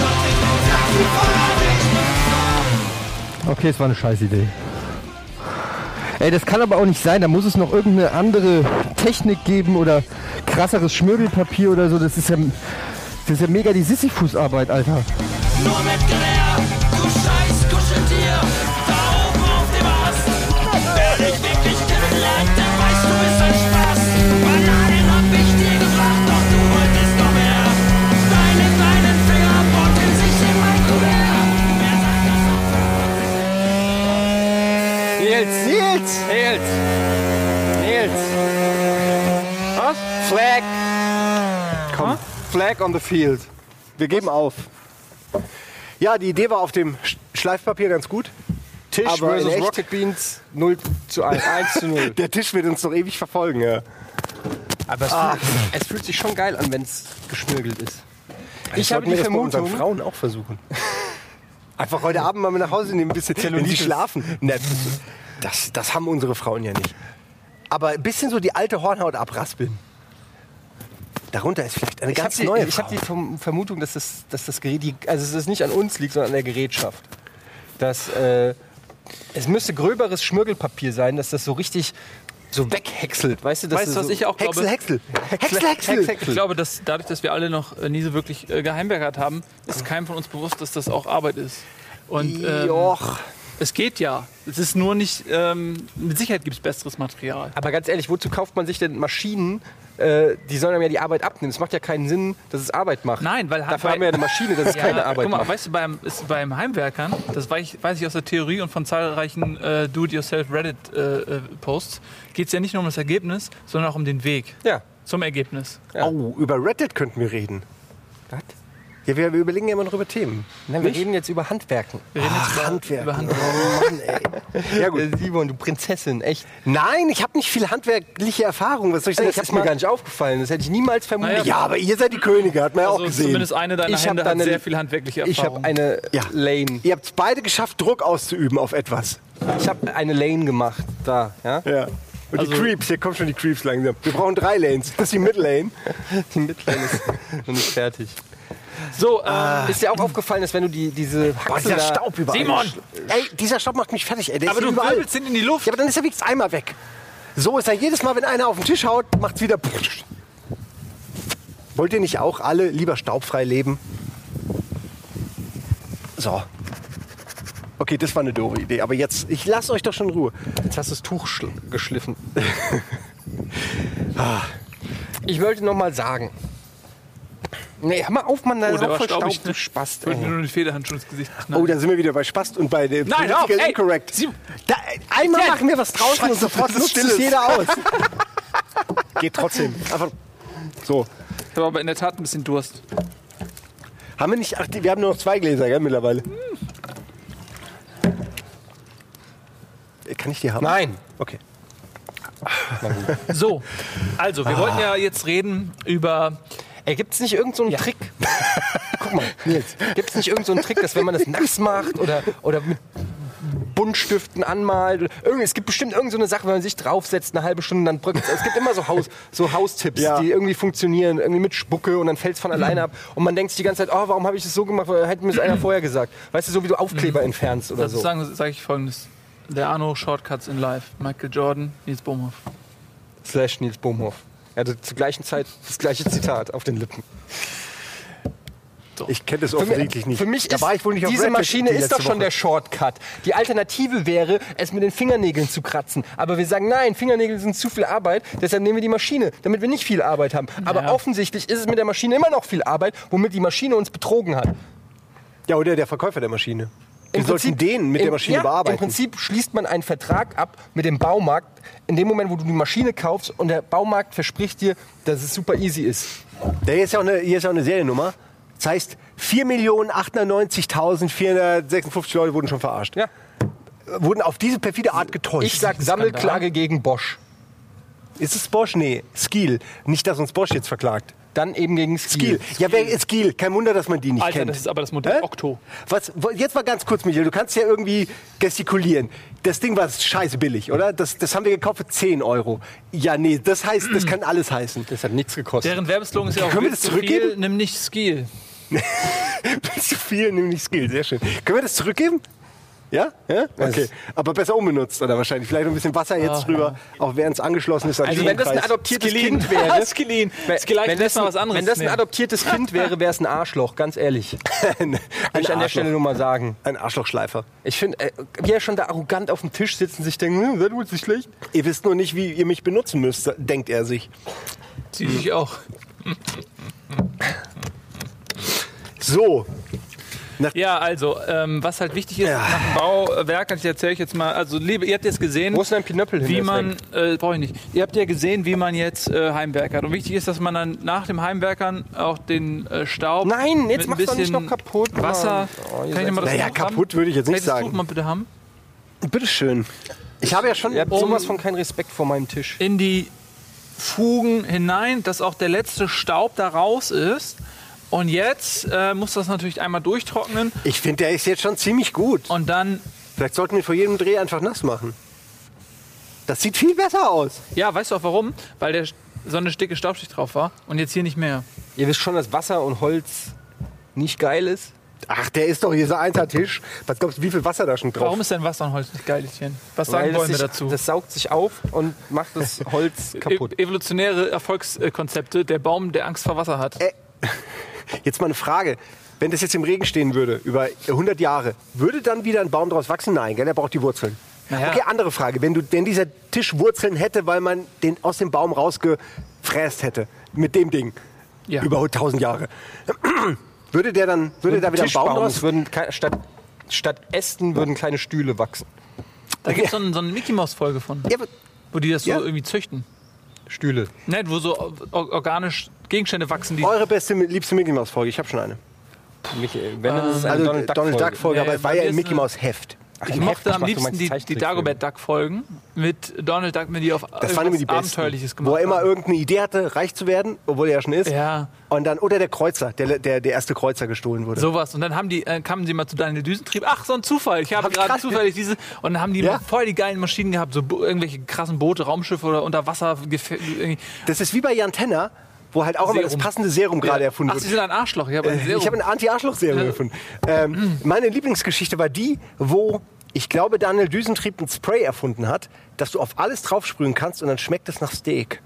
[SPEAKER 6] Gott, ich bin Taxifahrer, dich
[SPEAKER 7] Okay, es war eine scheiß Idee. Ey, das kann aber auch nicht sein. Da muss es noch irgendeine andere Technik geben oder krasseres Schmögelpapier oder so. Das ist ja, das ist ja mega die Sisyphus-Arbeit, Alter.
[SPEAKER 6] Nur mit Gewehr, du scheiß Kuscheltier, da oben auf dem Ast. Wer dich wirklich kennenlernt, dann weißt du, ist ein Spaß. Bananen hab ich dir gebracht, doch du wolltest noch mehr. Deine kleinen Finger bocken sich in mein Kuvert. Wer sagt, dass
[SPEAKER 5] Nils! Nils! Nils! Nils! Was?
[SPEAKER 2] Flag. Komm. Flag on the field. Wir geben auf. Ja, die Idee war auf dem Sch- Schleifpapier ganz gut.
[SPEAKER 1] Tisch
[SPEAKER 2] Aber in
[SPEAKER 1] versus
[SPEAKER 2] echt?
[SPEAKER 1] Rocket Beans 0 zu 1, 1 zu 0.
[SPEAKER 2] Der Tisch wird uns noch ewig verfolgen, ja.
[SPEAKER 1] Aber es, fühlt, Ah, es fühlt sich schon geil an, wenn es geschmürgelt ist. Ich habe
[SPEAKER 2] sollten
[SPEAKER 1] die
[SPEAKER 2] wir das bei unseren
[SPEAKER 1] Vermutung,
[SPEAKER 2] Frauen
[SPEAKER 1] auch versuchen.
[SPEAKER 2] Einfach heute Abend mal mit nach Hause nehmen, ein bisschen wenn die schlafen. Na, das, das haben unsere Frauen ja nicht. Aber ein bisschen so die alte Hornhaut abraspeln. Darunter ist vielleicht eine
[SPEAKER 1] Ich habe
[SPEAKER 2] ganz
[SPEAKER 1] die,
[SPEAKER 2] neue
[SPEAKER 1] ich
[SPEAKER 2] Frau.
[SPEAKER 1] hab die Verm- Vermutung, dass das, dass das Gerät, die, also dass es nicht an uns liegt, sondern an der Gerätschaft. Dass, äh, es müsste gröberes Schmürgelpapier sein, dass das so richtig so weghäckselt. Weißt du, dass
[SPEAKER 5] Weißt du,
[SPEAKER 1] du
[SPEAKER 5] was
[SPEAKER 1] so
[SPEAKER 5] ich auch glaube?
[SPEAKER 2] Häcksel, Häcksel. Häcksel, Häcksel.
[SPEAKER 5] Ich glaube, dass dadurch, dass wir alle noch äh, nie so wirklich äh, geheimbergert haben, ist keinem von uns bewusst, dass das auch Arbeit ist. Und ähm,
[SPEAKER 2] Joch.
[SPEAKER 5] es geht ja. Es ist nur nicht, ähm, mit Sicherheit gibt es besseres Material.
[SPEAKER 1] Aber ganz ehrlich, wozu kauft man sich denn Maschinen, äh, die sollen einem ja die Arbeit abnehmen? Es macht ja keinen Sinn, dass es Arbeit macht.
[SPEAKER 5] Nein, weil
[SPEAKER 1] Dafür
[SPEAKER 5] weil-
[SPEAKER 1] haben wir ja eine Maschine, dass es keine Arbeit
[SPEAKER 5] Guck mal,
[SPEAKER 1] macht.
[SPEAKER 5] weißt du, beim, ist, beim Heimwerkern, das weiß ich, weiß ich aus der Theorie und von zahlreichen äh, Do-it-yourself-Reddit-Posts, geht es äh, ja nicht nur um das Ergebnis, sondern auch um den Weg
[SPEAKER 1] Ja.
[SPEAKER 5] zum Ergebnis.
[SPEAKER 1] Ja.
[SPEAKER 2] Oh, über Reddit könnten wir reden.
[SPEAKER 1] Was?
[SPEAKER 2] Ja, wir, wir überlegen ja immer noch über Themen.
[SPEAKER 1] Nein, wir reden jetzt über Handwerken.
[SPEAKER 5] Wir reden jetzt über-
[SPEAKER 2] Handwerk.
[SPEAKER 5] über Handwerk.
[SPEAKER 2] Ja, gut.
[SPEAKER 1] Äh, Simon, du Prinzessin, echt.
[SPEAKER 2] Nein, ich habe nicht viel handwerkliche Erfahrung. Was soll ich denn
[SPEAKER 1] Das ist mir gar nicht aufgefallen. Das hätte ich niemals vermutet.
[SPEAKER 5] Naja,
[SPEAKER 2] Ja, aber ihr seid die Könige, hat man ja auch
[SPEAKER 5] Also
[SPEAKER 2] gesehen.
[SPEAKER 5] zumindest eine deiner
[SPEAKER 1] Ich hab
[SPEAKER 5] Hände
[SPEAKER 1] da
[SPEAKER 5] hat
[SPEAKER 1] eine-
[SPEAKER 5] sehr viel handwerkliche
[SPEAKER 1] Ich
[SPEAKER 5] Erfahrung.
[SPEAKER 1] habe eine
[SPEAKER 2] Ja.
[SPEAKER 1] Lane.
[SPEAKER 2] Ihr habt es beide geschafft, Druck auszuüben auf etwas.
[SPEAKER 1] Ich habe eine Lane gemacht da, ja?
[SPEAKER 2] Ja. Also Und die Creeps, hier kommen schon die Creeps langsam. Wir brauchen drei Lanes. Das ist die Middle Lane.
[SPEAKER 1] Die Midlane ist noch nicht fertig. Ah.
[SPEAKER 5] so, ähm,
[SPEAKER 1] Ist dir auch aufgefallen, dass wenn du die, diese Haxel da-
[SPEAKER 2] überall.
[SPEAKER 5] Simon!
[SPEAKER 2] Ey, dieser Staub macht mich fertig, ey. Der
[SPEAKER 5] aber
[SPEAKER 2] ist
[SPEAKER 5] du
[SPEAKER 2] überall.
[SPEAKER 5] wirbelst ihn in die Luft.
[SPEAKER 2] Ja, aber dann ist er wenigstens einmal weg. So ist er jedes Mal, wenn einer auf den Tisch haut, macht's wieder. Wollt ihr nicht auch alle lieber staubfrei leben? So. Okay, das war eine doofe Idee, aber jetzt, ich lasse euch doch schon in Ruhe.
[SPEAKER 1] Jetzt hast du das Tuch schl- geschliffen. Ah. ich wollte noch mal sagen. Nee, hör mal auf, Mann, da
[SPEAKER 5] Oh,
[SPEAKER 1] ist
[SPEAKER 5] der
[SPEAKER 1] auch
[SPEAKER 5] war
[SPEAKER 1] voll Staub.
[SPEAKER 5] staubig,
[SPEAKER 1] Du
[SPEAKER 5] ne?
[SPEAKER 1] Spast,
[SPEAKER 5] Würde mir
[SPEAKER 1] ey.
[SPEAKER 5] nur die Federhandschuhe ins Gesicht knallen.
[SPEAKER 2] Oh, da sind wir wieder bei Spast und bei der
[SPEAKER 5] Nein, hör auf,
[SPEAKER 2] Political
[SPEAKER 5] ey.
[SPEAKER 2] Incorrect.
[SPEAKER 5] Sie-
[SPEAKER 2] Da, einmal
[SPEAKER 5] Etienne.
[SPEAKER 2] machen wir was draußen und sofort nutzt es jeder aus. Geht trotzdem. Einfach. So.
[SPEAKER 5] Ich habe aber in der Tat ein bisschen Durst.
[SPEAKER 2] Haben wir nicht, ach, wir haben nur noch zwei Gläser, gell, mittlerweile. Äh, Kann ich die haben?
[SPEAKER 1] Nein.
[SPEAKER 2] Okay.
[SPEAKER 5] So, also,
[SPEAKER 1] Ah.
[SPEAKER 5] wir wollten ja jetzt reden über.
[SPEAKER 1] Ey, gibt's nicht irgendeinen so einen Trick? Guck mal, Nils. Gibt's nicht irgendeinen so einen Trick, dass wenn man das nass macht oder, oder mit Buntstiften anmalt? oder Irgend, es gibt bestimmt irgendeine so eine Sache, wenn man sich draufsetzt, eine halbe Stunde, dann bröckelt es. Es gibt immer so, Haus, so Haustipps,
[SPEAKER 2] Ja.
[SPEAKER 1] die irgendwie funktionieren, irgendwie mit Spucke und dann fällt's von alleine ab. Und man denkt sich die ganze Zeit, oh, warum habe ich das so gemacht? Weil Hätte mir das einer vorher gesagt. Weißt du, so wie du Aufkleber entfernst oder
[SPEAKER 5] Dazu
[SPEAKER 1] so.
[SPEAKER 5] sagen, sage also ich folgendes. There are no shortcuts in life. Michael Jordan, Nils Bohmhoff.
[SPEAKER 1] Slash Nils Bohmhoff. Er hatte zur gleichen Zeit das gleiche Zitat auf den Lippen.
[SPEAKER 2] Ich kenne das
[SPEAKER 1] Für
[SPEAKER 2] offensichtlich
[SPEAKER 1] mich,
[SPEAKER 2] nicht.
[SPEAKER 1] für mich
[SPEAKER 2] Da
[SPEAKER 1] ist
[SPEAKER 2] war ich wohl nicht auf
[SPEAKER 1] diese
[SPEAKER 2] Reddit
[SPEAKER 1] Maschine
[SPEAKER 2] die
[SPEAKER 1] ist doch
[SPEAKER 2] letzte
[SPEAKER 1] schon
[SPEAKER 2] Woche.
[SPEAKER 1] der Shortcut. Die Alternative wäre, es mit den Fingernägeln zu kratzen. Aber wir sagen, nein, Fingernägel sind zu viel Arbeit, deshalb nehmen wir die Maschine, damit wir nicht viel Arbeit haben. Aber offensichtlich ist es mit der Maschine immer noch viel Arbeit, womit die Maschine uns betrogen hat.
[SPEAKER 2] Ja, oder der Verkäufer der Maschine. Wir
[SPEAKER 1] Im
[SPEAKER 2] sollten den mit
[SPEAKER 1] im-
[SPEAKER 2] der Maschine
[SPEAKER 1] ja,
[SPEAKER 2] bearbeiten.
[SPEAKER 1] Im Prinzip schließt man einen Vertrag ab mit dem Baumarkt, in dem Moment, wo du die Maschine kaufst und der Baumarkt verspricht dir, dass es super easy ist.
[SPEAKER 2] Da hier ist ja auch eine, hier ist ja auch eine Seriennummer. Das heißt, 4.890.456 Leute wurden schon verarscht.
[SPEAKER 1] Ja.
[SPEAKER 2] Wurden auf diese perfide Art getäuscht.
[SPEAKER 1] Ich sag Sammelklage gegen Bosch.
[SPEAKER 2] ist es Bosch? Nee, Skill. Nicht, dass uns Bosch jetzt verklagt.
[SPEAKER 1] Dann eben gegen Skiel.
[SPEAKER 2] Skill. Ja, wer ist Skill? Kein Wunder, dass man die nicht
[SPEAKER 9] Alter,
[SPEAKER 2] kennt.
[SPEAKER 9] das ist aber das Modell
[SPEAKER 2] Hä?
[SPEAKER 9] Octo.
[SPEAKER 2] Was, wo- jetzt mal ganz kurz, Michael, du kannst ja irgendwie gestikulieren. Das Ding war scheiße billig, oder? Das, das haben wir gekauft für 10 Euro. Ja, nee, das heißt, das kann alles heißen.
[SPEAKER 1] Das hat nichts gekostet.
[SPEAKER 5] Deren Werbeslogan ist ja auch
[SPEAKER 2] Können wir
[SPEAKER 5] willst
[SPEAKER 2] das
[SPEAKER 5] du viel,
[SPEAKER 2] zurückgeben?
[SPEAKER 5] Nimm nicht Skill.
[SPEAKER 2] Zu viel, nämlich Skill. Sehr schön. Können wir das zurückgeben? Ja? ja? Okay. Aber besser unbenutzt oder wahrscheinlich. Vielleicht noch ein bisschen Wasser jetzt drüber, auch während es angeschlossen ist. an
[SPEAKER 1] Also
[SPEAKER 2] den
[SPEAKER 1] wenn das ein
[SPEAKER 2] Kreis.
[SPEAKER 1] adoptiertes
[SPEAKER 9] Skelin.
[SPEAKER 1] Kind wäre,
[SPEAKER 9] Skelin.
[SPEAKER 1] wenn,
[SPEAKER 9] Skelin,
[SPEAKER 1] Äh, wenn,
[SPEAKER 9] lass
[SPEAKER 1] das
[SPEAKER 9] mal
[SPEAKER 1] ein,
[SPEAKER 9] was anderes
[SPEAKER 1] wenn das ein
[SPEAKER 9] nehmen.
[SPEAKER 1] adoptiertes Kind wäre, wäre es ein Arschloch, ganz ehrlich.
[SPEAKER 2] ein,
[SPEAKER 1] Will
[SPEAKER 2] ein,
[SPEAKER 1] ich an der
[SPEAKER 2] Arschloch,
[SPEAKER 1] Stelle nur mal sagen.
[SPEAKER 2] ein Arschlochschleifer.
[SPEAKER 1] Ich finde, äh, wie er schon da arrogant auf dem Tisch sitzt und sich denkt, hm, das tut sich schlecht.
[SPEAKER 2] Ihr wisst nur nicht, wie ihr mich benutzen müsst, denkt er sich.
[SPEAKER 5] Zieh ich auch.
[SPEAKER 2] So,
[SPEAKER 5] Ja, also, ähm, was halt wichtig ist,
[SPEAKER 2] Ja.
[SPEAKER 5] nach dem Bauwerk, ich erzähle euch jetzt mal, also liebe, ihr habt jetzt gesehen,
[SPEAKER 1] Wo ist denn ein Pinöppel hin?
[SPEAKER 5] wie
[SPEAKER 1] Das
[SPEAKER 5] man, äh, brauche ich nicht, ihr habt ja gesehen, wie man jetzt äh, heimwerkert. Und wichtig ist, dass man dann nach dem Heimwerkern auch den äh, Staub
[SPEAKER 1] Nein, jetzt
[SPEAKER 5] mit ein
[SPEAKER 1] mach's doch nicht
[SPEAKER 5] bisschen
[SPEAKER 1] noch kaputt, Mann.
[SPEAKER 5] Wasser,
[SPEAKER 1] Oh, ihr
[SPEAKER 5] kann ich
[SPEAKER 1] seid-
[SPEAKER 5] noch mal das
[SPEAKER 2] Naja,
[SPEAKER 5] Tuch haben?
[SPEAKER 2] kaputt würde ich jetzt
[SPEAKER 5] Kann
[SPEAKER 2] nicht
[SPEAKER 5] das
[SPEAKER 2] sagen.
[SPEAKER 5] Tuch mal bitte haben?
[SPEAKER 2] bitteschön. Ich habe ja schon...
[SPEAKER 1] Ihr habt
[SPEAKER 5] um
[SPEAKER 1] sowas von keinen Respekt vor meinem Tisch.
[SPEAKER 5] in die Fugen hinein, dass auch der letzte Staub da raus ist. Und jetzt äh, muss das natürlich einmal durchtrocknen
[SPEAKER 2] Ich finde, der ist jetzt schon ziemlich gut.
[SPEAKER 5] und dann,
[SPEAKER 2] Vielleicht sollten wir vor jedem Dreh einfach nass machen. Das sieht viel besser aus.
[SPEAKER 5] ja, weißt du auch warum? Weil der so eine dicke Staubschicht drauf war und jetzt hier nicht mehr.
[SPEAKER 1] Ihr wisst schon, dass Wasser und Holz nicht geil ist.
[SPEAKER 2] Ach, der ist doch hier so ein Tisch. Was glaubst du, wie viel Wasser da schon drauf
[SPEAKER 5] Warum ist denn Wasser und Holz nicht geil, Liedchen? Was
[SPEAKER 1] Weil
[SPEAKER 5] sagen
[SPEAKER 1] das
[SPEAKER 5] wollen wir
[SPEAKER 1] sich-
[SPEAKER 5] dazu?
[SPEAKER 1] Das saugt sich auf und macht das Holz kaputt.
[SPEAKER 5] E evolutionäre Erfolgskonzepte, der Baum, der Angst vor Wasser hat.
[SPEAKER 1] Äh,
[SPEAKER 2] Jetzt mal eine Frage. Wenn das jetzt im Regen stehen würde, über 100 Jahre, würde dann wieder ein Baum draus wachsen? Nein, gell? er braucht die Wurzeln.
[SPEAKER 5] Naja.
[SPEAKER 2] Okay, andere Frage. Wenn, du, wenn dieser Tisch Wurzeln hätte, weil man den aus dem Baum rausgefräst hätte, mit dem Ding,
[SPEAKER 5] Ja.
[SPEAKER 2] über 1000 Jahre, würde der dann, würde da wieder ein Baum
[SPEAKER 1] Tischbaum.
[SPEAKER 2] draus?
[SPEAKER 1] Es würden kei- statt, statt Ästen würden kleine Stühle wachsen.
[SPEAKER 5] Da gibt es so eine, so eine Mickey-Maus-Folge von,
[SPEAKER 2] Ja, aber-
[SPEAKER 5] wo die das so
[SPEAKER 2] Ja.
[SPEAKER 5] irgendwie züchten.
[SPEAKER 1] Stühle.
[SPEAKER 5] Nett, wo so or- organisch Gegenstände wachsen,
[SPEAKER 1] Oh,
[SPEAKER 5] die
[SPEAKER 2] Eure beste, liebste Mickey Mouse Folge, ich habe schon eine.
[SPEAKER 1] Michael, wenn es ist eine
[SPEAKER 2] Also
[SPEAKER 1] Donald Duck, Folge.
[SPEAKER 2] Folge,
[SPEAKER 5] Nee,
[SPEAKER 2] aber es
[SPEAKER 5] bei
[SPEAKER 2] war ja
[SPEAKER 5] mir
[SPEAKER 2] im
[SPEAKER 5] ist
[SPEAKER 2] Mickey
[SPEAKER 5] eine-
[SPEAKER 2] Maus Heft.
[SPEAKER 5] Ähm, Ich
[SPEAKER 1] Im Heft,
[SPEAKER 5] mochte am
[SPEAKER 1] ich mach, du
[SPEAKER 5] liebsten
[SPEAKER 1] meinst
[SPEAKER 5] die, die
[SPEAKER 1] Zeichentrickfilme.
[SPEAKER 5] Dagobert Duck Folgen mit Donald Duck, wenn die auf
[SPEAKER 2] Das waren immer die
[SPEAKER 5] irgendwas
[SPEAKER 2] Besten.
[SPEAKER 5] Abenteuerliches gemacht
[SPEAKER 2] Wo er immer
[SPEAKER 5] haben.
[SPEAKER 2] irgendeine Idee hatte, reich zu werden, obwohl er ja schon ist.
[SPEAKER 5] Ja.
[SPEAKER 2] Und dann, oder der Kreuzer, der, der, der erste Kreuzer gestohlen wurde.
[SPEAKER 5] Sowas. Und dann haben die, äh, kamen sie mal zu Daniel Düsentrieb. Ach, so ein Zufall. Ich habe
[SPEAKER 2] Hab ich
[SPEAKER 5] gerade
[SPEAKER 2] grad-
[SPEAKER 5] zufällig diese. Und dann haben die
[SPEAKER 2] Ja.
[SPEAKER 5] mal voll die geilen Maschinen gehabt. So bo- irgendwelche krassen Boote, Raumschiffe oder unter Wasser. Gefä- irgendwie.
[SPEAKER 2] Das ist wie bei Jan Tenner, wo halt auch immer das
[SPEAKER 5] Serum.
[SPEAKER 2] passende Serum gerade erfunden
[SPEAKER 5] Ach, sie
[SPEAKER 2] wurde.
[SPEAKER 5] sind ein Arschloch. Ich habe ein
[SPEAKER 2] Äh, Ich habe
[SPEAKER 5] Serum.
[SPEAKER 2] ein Anti-Arschloch-Serum erfunden.
[SPEAKER 1] Mhm.
[SPEAKER 2] Ähm, meine Lieblingsgeschichte war die, wo ich glaube, Daniel Düsentrieb ein Spray erfunden hat, dass du auf alles draufsprühen kannst und dann schmeckt es nach Steak.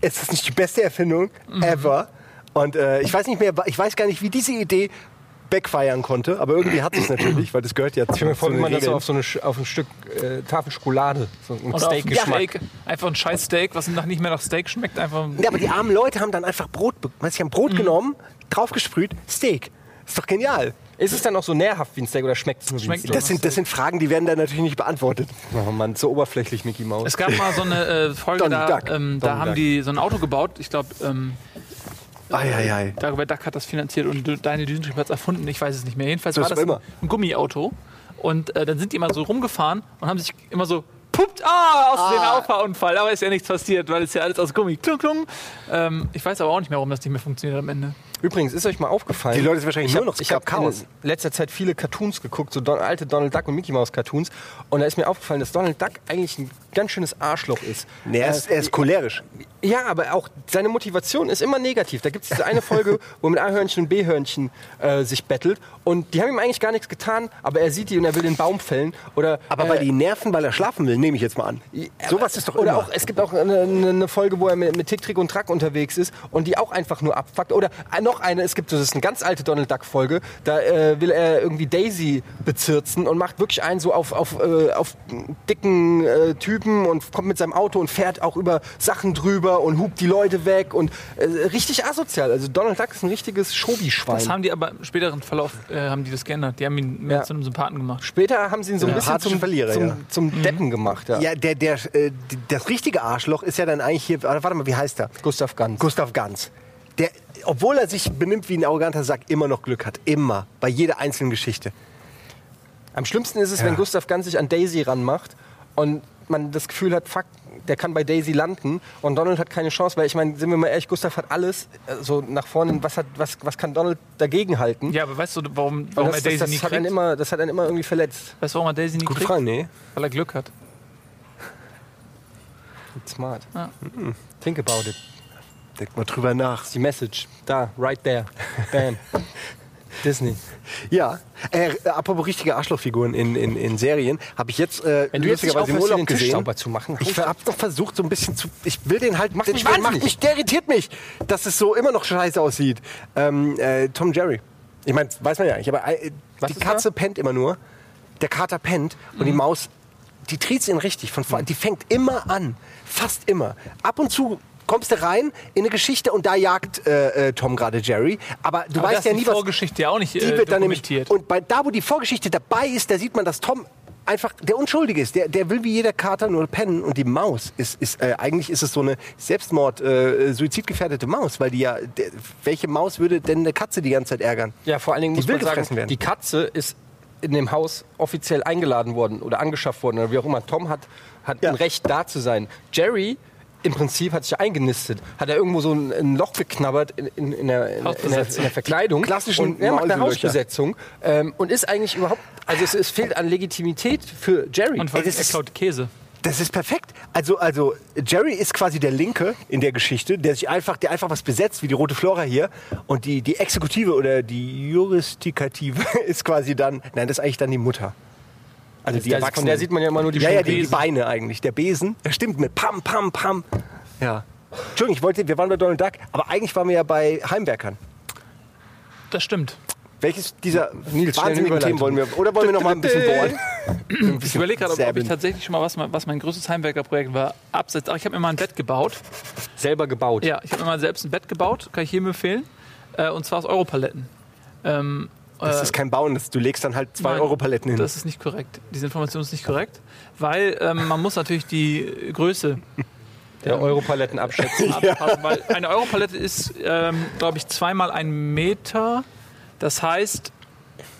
[SPEAKER 2] Es ist nicht die beste Erfindung
[SPEAKER 1] Mhm.
[SPEAKER 2] ever. Und äh, ich weiß nicht mehr, ich weiß gar nicht, wie diese Idee backfeiern konnte, aber irgendwie hat es natürlich, weil das gehört ja zu
[SPEAKER 1] Ich stelle mir vor,
[SPEAKER 2] zu
[SPEAKER 1] wie
[SPEAKER 2] den
[SPEAKER 1] man das so
[SPEAKER 2] Regeln.
[SPEAKER 1] auf, so eine, Sch- auf ein Stück äh, Tafel Schokolade, so ein
[SPEAKER 5] Oder auf ein
[SPEAKER 1] Steak-Geschmack.
[SPEAKER 5] Steak. Einfach ein scheiß Steak, was nach, nicht mehr nach Steak schmeckt. Einfach
[SPEAKER 2] Ja, aber die armen Leute haben dann einfach Brot, be- weißt du, die haben
[SPEAKER 1] Mhm.
[SPEAKER 2] Brot genommen, draufgesprüht, Steak. Ist doch genial.
[SPEAKER 1] Ist es dann auch so nährhaft wie ein Steak oder schmeckt es nur wie ein
[SPEAKER 5] Schmeckt
[SPEAKER 1] Steak?
[SPEAKER 2] Das sind, das sind Fragen, die werden da natürlich nicht beantwortet.
[SPEAKER 1] Oh Mann, so oberflächlich, Mickey Mouse.
[SPEAKER 5] Es gab mal so eine äh, Folge,
[SPEAKER 2] Donald
[SPEAKER 5] da,
[SPEAKER 2] Duck.
[SPEAKER 5] ähm, da
[SPEAKER 1] Donald
[SPEAKER 5] haben
[SPEAKER 1] Duck.
[SPEAKER 5] die so ein Auto gebaut. Ich glaube, ähm,
[SPEAKER 2] Ah, Eieiei.
[SPEAKER 5] Dagobert Duck hat das finanziert und D- Daniel Düsentrieb hat es erfunden. Ich weiß es nicht mehr. Jedenfalls
[SPEAKER 2] So
[SPEAKER 5] war
[SPEAKER 2] ist
[SPEAKER 5] das
[SPEAKER 2] aber immer.
[SPEAKER 5] ein Gummiauto. Und äh, dann sind die immer so rumgefahren und haben sich immer so puppt, ah, aus dem Auffahrunfall. Aber ist ja nichts passiert, weil es ja alles aus Gummi. Klung, klung. Ähm, ich weiß aber auch nicht mehr, warum das nicht mehr funktioniert am Ende.
[SPEAKER 1] Übrigens, ist euch mal aufgefallen?
[SPEAKER 2] Die Leute sind wahrscheinlich
[SPEAKER 1] ich
[SPEAKER 2] nur
[SPEAKER 1] hab-
[SPEAKER 2] noch
[SPEAKER 1] Ich habe in
[SPEAKER 2] Chaos.
[SPEAKER 1] letzter Zeit viele Cartoons geguckt, so Don, alte Donald Duck und Mickey Mouse Cartoons. Und da ist mir aufgefallen, dass Donald Duck eigentlich ein ganz schönes Arschloch ist.
[SPEAKER 2] Nee, er, ist, er ist cholerisch.
[SPEAKER 1] Ja, aber auch seine Motivation ist immer negativ. Da gibt es diese eine Folge, wo mit A-Hörnchen und B-Hörnchen äh, sich bettelt. Und die haben ihm eigentlich gar nichts getan, aber er sieht die und er will den Baum fällen. Oder,
[SPEAKER 2] Aber
[SPEAKER 1] äh,
[SPEAKER 2] weil die nerven, weil er schlafen will, nehme ich jetzt mal an. Sowas ist doch
[SPEAKER 1] Oder
[SPEAKER 2] immer.
[SPEAKER 1] auch, es gibt auch eine, eine eine Folge, wo er mit, mit Tick, Trick und Track unterwegs ist und die auch einfach nur abfuckt. Oder äh, noch eine, es gibt, das ist eine ganz alte Donald Duck-Folge, da äh, will er irgendwie Daisy bezirzen und macht wirklich einen so auf, auf, äh, auf dicken äh, Typen und kommt mit seinem Auto und fährt auch über Sachen drüber und hupt die Leute weg und äh, richtig asozial. Also Donald Duck ist ein richtiges
[SPEAKER 5] Das
[SPEAKER 1] Schobi-Schwein.
[SPEAKER 5] haben die aber im späteren Verlauf, äh, haben die das geändert. Die haben ihn mehr
[SPEAKER 1] Ja.
[SPEAKER 5] zu einem Sympathen gemacht.
[SPEAKER 1] Später haben sie ihn so ein bisschen
[SPEAKER 2] Sympathischen
[SPEAKER 1] zum,
[SPEAKER 2] Verlierer,
[SPEAKER 1] zum,
[SPEAKER 2] ja.
[SPEAKER 1] zum Deppen gemacht. Ja.
[SPEAKER 2] ja, der, der, äh, die- das richtige Arschloch ist ja dann eigentlich hier. Warte mal, wie heißt er?
[SPEAKER 1] Gustav Ganz.
[SPEAKER 2] Gustav Ganz. Der, obwohl er sich benimmt wie ein arroganter Sack, immer noch Glück hat. Immer. Bei jeder einzelnen Geschichte.
[SPEAKER 1] Am schlimmsten ist es, wenn Gustav ganz sich an Daisy ranmacht und man das Gefühl hat, fuck, der kann bei Daisy landen und Donald hat keine Chance, weil ich meine, sind wir mal ehrlich, Gustav hat alles äh, so nach vorne, was, hat, was, was kann Donald dagegen halten?
[SPEAKER 5] Ja, aber weißt du, warum,
[SPEAKER 1] Und
[SPEAKER 5] warum
[SPEAKER 1] das,
[SPEAKER 5] er
[SPEAKER 1] das,
[SPEAKER 5] Daisy nie
[SPEAKER 1] das, hat
[SPEAKER 5] kriegt?
[SPEAKER 1] einen immer, das hat einen immer irgendwie verletzt.
[SPEAKER 5] weißt du, warum er Daisy nie kriegt?
[SPEAKER 1] nee.
[SPEAKER 5] Weil er Glück hat.
[SPEAKER 1] Smart.
[SPEAKER 5] Ja.
[SPEAKER 1] Mhm. Think about it.
[SPEAKER 2] Denkt mal drüber nach.
[SPEAKER 1] Die Message. Da, right there. Bam. Disney.
[SPEAKER 2] Ja. Äh, apropos richtige Arschlochfiguren in, in, in Serien, habe ich jetzt äh,
[SPEAKER 1] Wenn du jetzt nicht
[SPEAKER 2] lustigerweise im
[SPEAKER 1] aufhörst,
[SPEAKER 2] Urlaub
[SPEAKER 1] den Tisch
[SPEAKER 2] gesehen.
[SPEAKER 1] sauber zu machen,
[SPEAKER 2] Ich
[SPEAKER 1] hau-
[SPEAKER 2] habe doch versucht, so ein bisschen zu. Ich will den halt.
[SPEAKER 1] Macht mich
[SPEAKER 2] ich will-
[SPEAKER 1] wahnsinnig.
[SPEAKER 2] macht mich, der irritiert mich, dass es so immer noch scheiße aussieht. Ähm, äh, Tom Jerry. Ich meine, weiß man ja nicht, aber äh, die
[SPEAKER 1] ist
[SPEAKER 2] Katze pennt immer nur. Der Kater pennt und die Maus, die triezt ihn richtig. Von, vor- Die fängt immer an. Fast immer. Ab und zu kommst du rein in eine Geschichte und da jagt äh, äh, Tom gerade Jerry. Aber du
[SPEAKER 5] Aber
[SPEAKER 2] weißt
[SPEAKER 5] das
[SPEAKER 2] ja
[SPEAKER 5] ist
[SPEAKER 2] nie,
[SPEAKER 5] die
[SPEAKER 2] was
[SPEAKER 5] Vorgeschichte ja auch nicht
[SPEAKER 2] die
[SPEAKER 5] äh,
[SPEAKER 2] wird dann nämlich
[SPEAKER 5] dokumentiert.
[SPEAKER 2] und bei, da wo die Vorgeschichte dabei ist, da sieht man, dass Tom einfach der Unschuldige ist. Der, der will wie jeder Kater nur pennen und die Maus ist, ist äh, eigentlich ist es so eine Selbstmord äh, suizidgefährdete Maus, weil die ja der, welche Maus würde denn eine Katze die ganze Zeit ärgern?
[SPEAKER 1] Ja, vor allen Dingen
[SPEAKER 2] Die
[SPEAKER 1] muss
[SPEAKER 2] will
[SPEAKER 1] man sagen,
[SPEAKER 2] gefressen werden.
[SPEAKER 1] die Katze ist in dem Haus offiziell eingeladen worden oder angeschafft worden oder wie auch immer. Tom hat, hat
[SPEAKER 2] Ja.
[SPEAKER 1] ein Recht, da zu sein. Jerry im Prinzip hat sich ja eingenistet. Hat er irgendwo so ein, ein Loch geknabbert in, in, in, der, in, in, der, in der Verkleidung.
[SPEAKER 2] klassischen
[SPEAKER 1] und er macht eine
[SPEAKER 2] Maulseelöcher.
[SPEAKER 1] Hausbesetzung. Ähm, und ist eigentlich überhaupt, also es, es fehlt an Legitimität für Jerry.
[SPEAKER 5] Und vor
[SPEAKER 2] Ey,
[SPEAKER 5] allem,
[SPEAKER 2] das
[SPEAKER 5] er
[SPEAKER 2] ist-
[SPEAKER 5] klaut Käse.
[SPEAKER 2] Das ist perfekt. Also, also Jerry ist quasi der Linke in der Geschichte, der sich einfach, der einfach was besetzt, wie die rote Flora hier. Und die, die Exekutive oder die Juristikative ist quasi dann, nein, das ist eigentlich dann die Mutter. Also
[SPEAKER 1] Da- von der sieht man ja immer nur die
[SPEAKER 2] ja,
[SPEAKER 1] schönen
[SPEAKER 2] ja, die, die
[SPEAKER 1] Besen.
[SPEAKER 2] Beine eigentlich. Der Besen, das stimmt mit Pam, Pam, Pam. Ja. Entschuldigung, ich wollte, wir waren bei Donald Duck, aber eigentlich waren wir ja bei Heimwerkern.
[SPEAKER 5] Das stimmt.
[SPEAKER 2] Welches dieser
[SPEAKER 1] Nils, schnell
[SPEAKER 2] wahnsinnigen
[SPEAKER 1] Überleitung.
[SPEAKER 2] Themen wollen wir, oder wollen wir noch mal ein bisschen bohren?
[SPEAKER 5] Ich überlege gerade,
[SPEAKER 1] halt,
[SPEAKER 5] ob, ob ich
[SPEAKER 2] säbeln.
[SPEAKER 1] äh,
[SPEAKER 5] tatsächlich schon mal, was mein, was mein größtes Heimwerkerprojekt war, abseits. Ach, ich habe mir mal ein Bett gebaut.
[SPEAKER 1] selber gebaut.
[SPEAKER 5] Ja, ich habe mir mal selbst ein Bett gebaut, kann ich jedem empfehlen. Äh, und zwar aus Europaletten. Ähm,
[SPEAKER 2] Das
[SPEAKER 5] äh,
[SPEAKER 2] ist kein Bauen, das, du legst dann halt zwei
[SPEAKER 5] Nein,
[SPEAKER 2] Europaletten hin.
[SPEAKER 5] Das ist nicht korrekt. Diese Information ist nicht korrekt, weil ähm, man muss natürlich die Größe
[SPEAKER 1] Der Europaletten abschätzen.
[SPEAKER 5] abpassen, weil eine Europalette ist, ähm, glaube ich, zweimal ein Meter. Das heißt,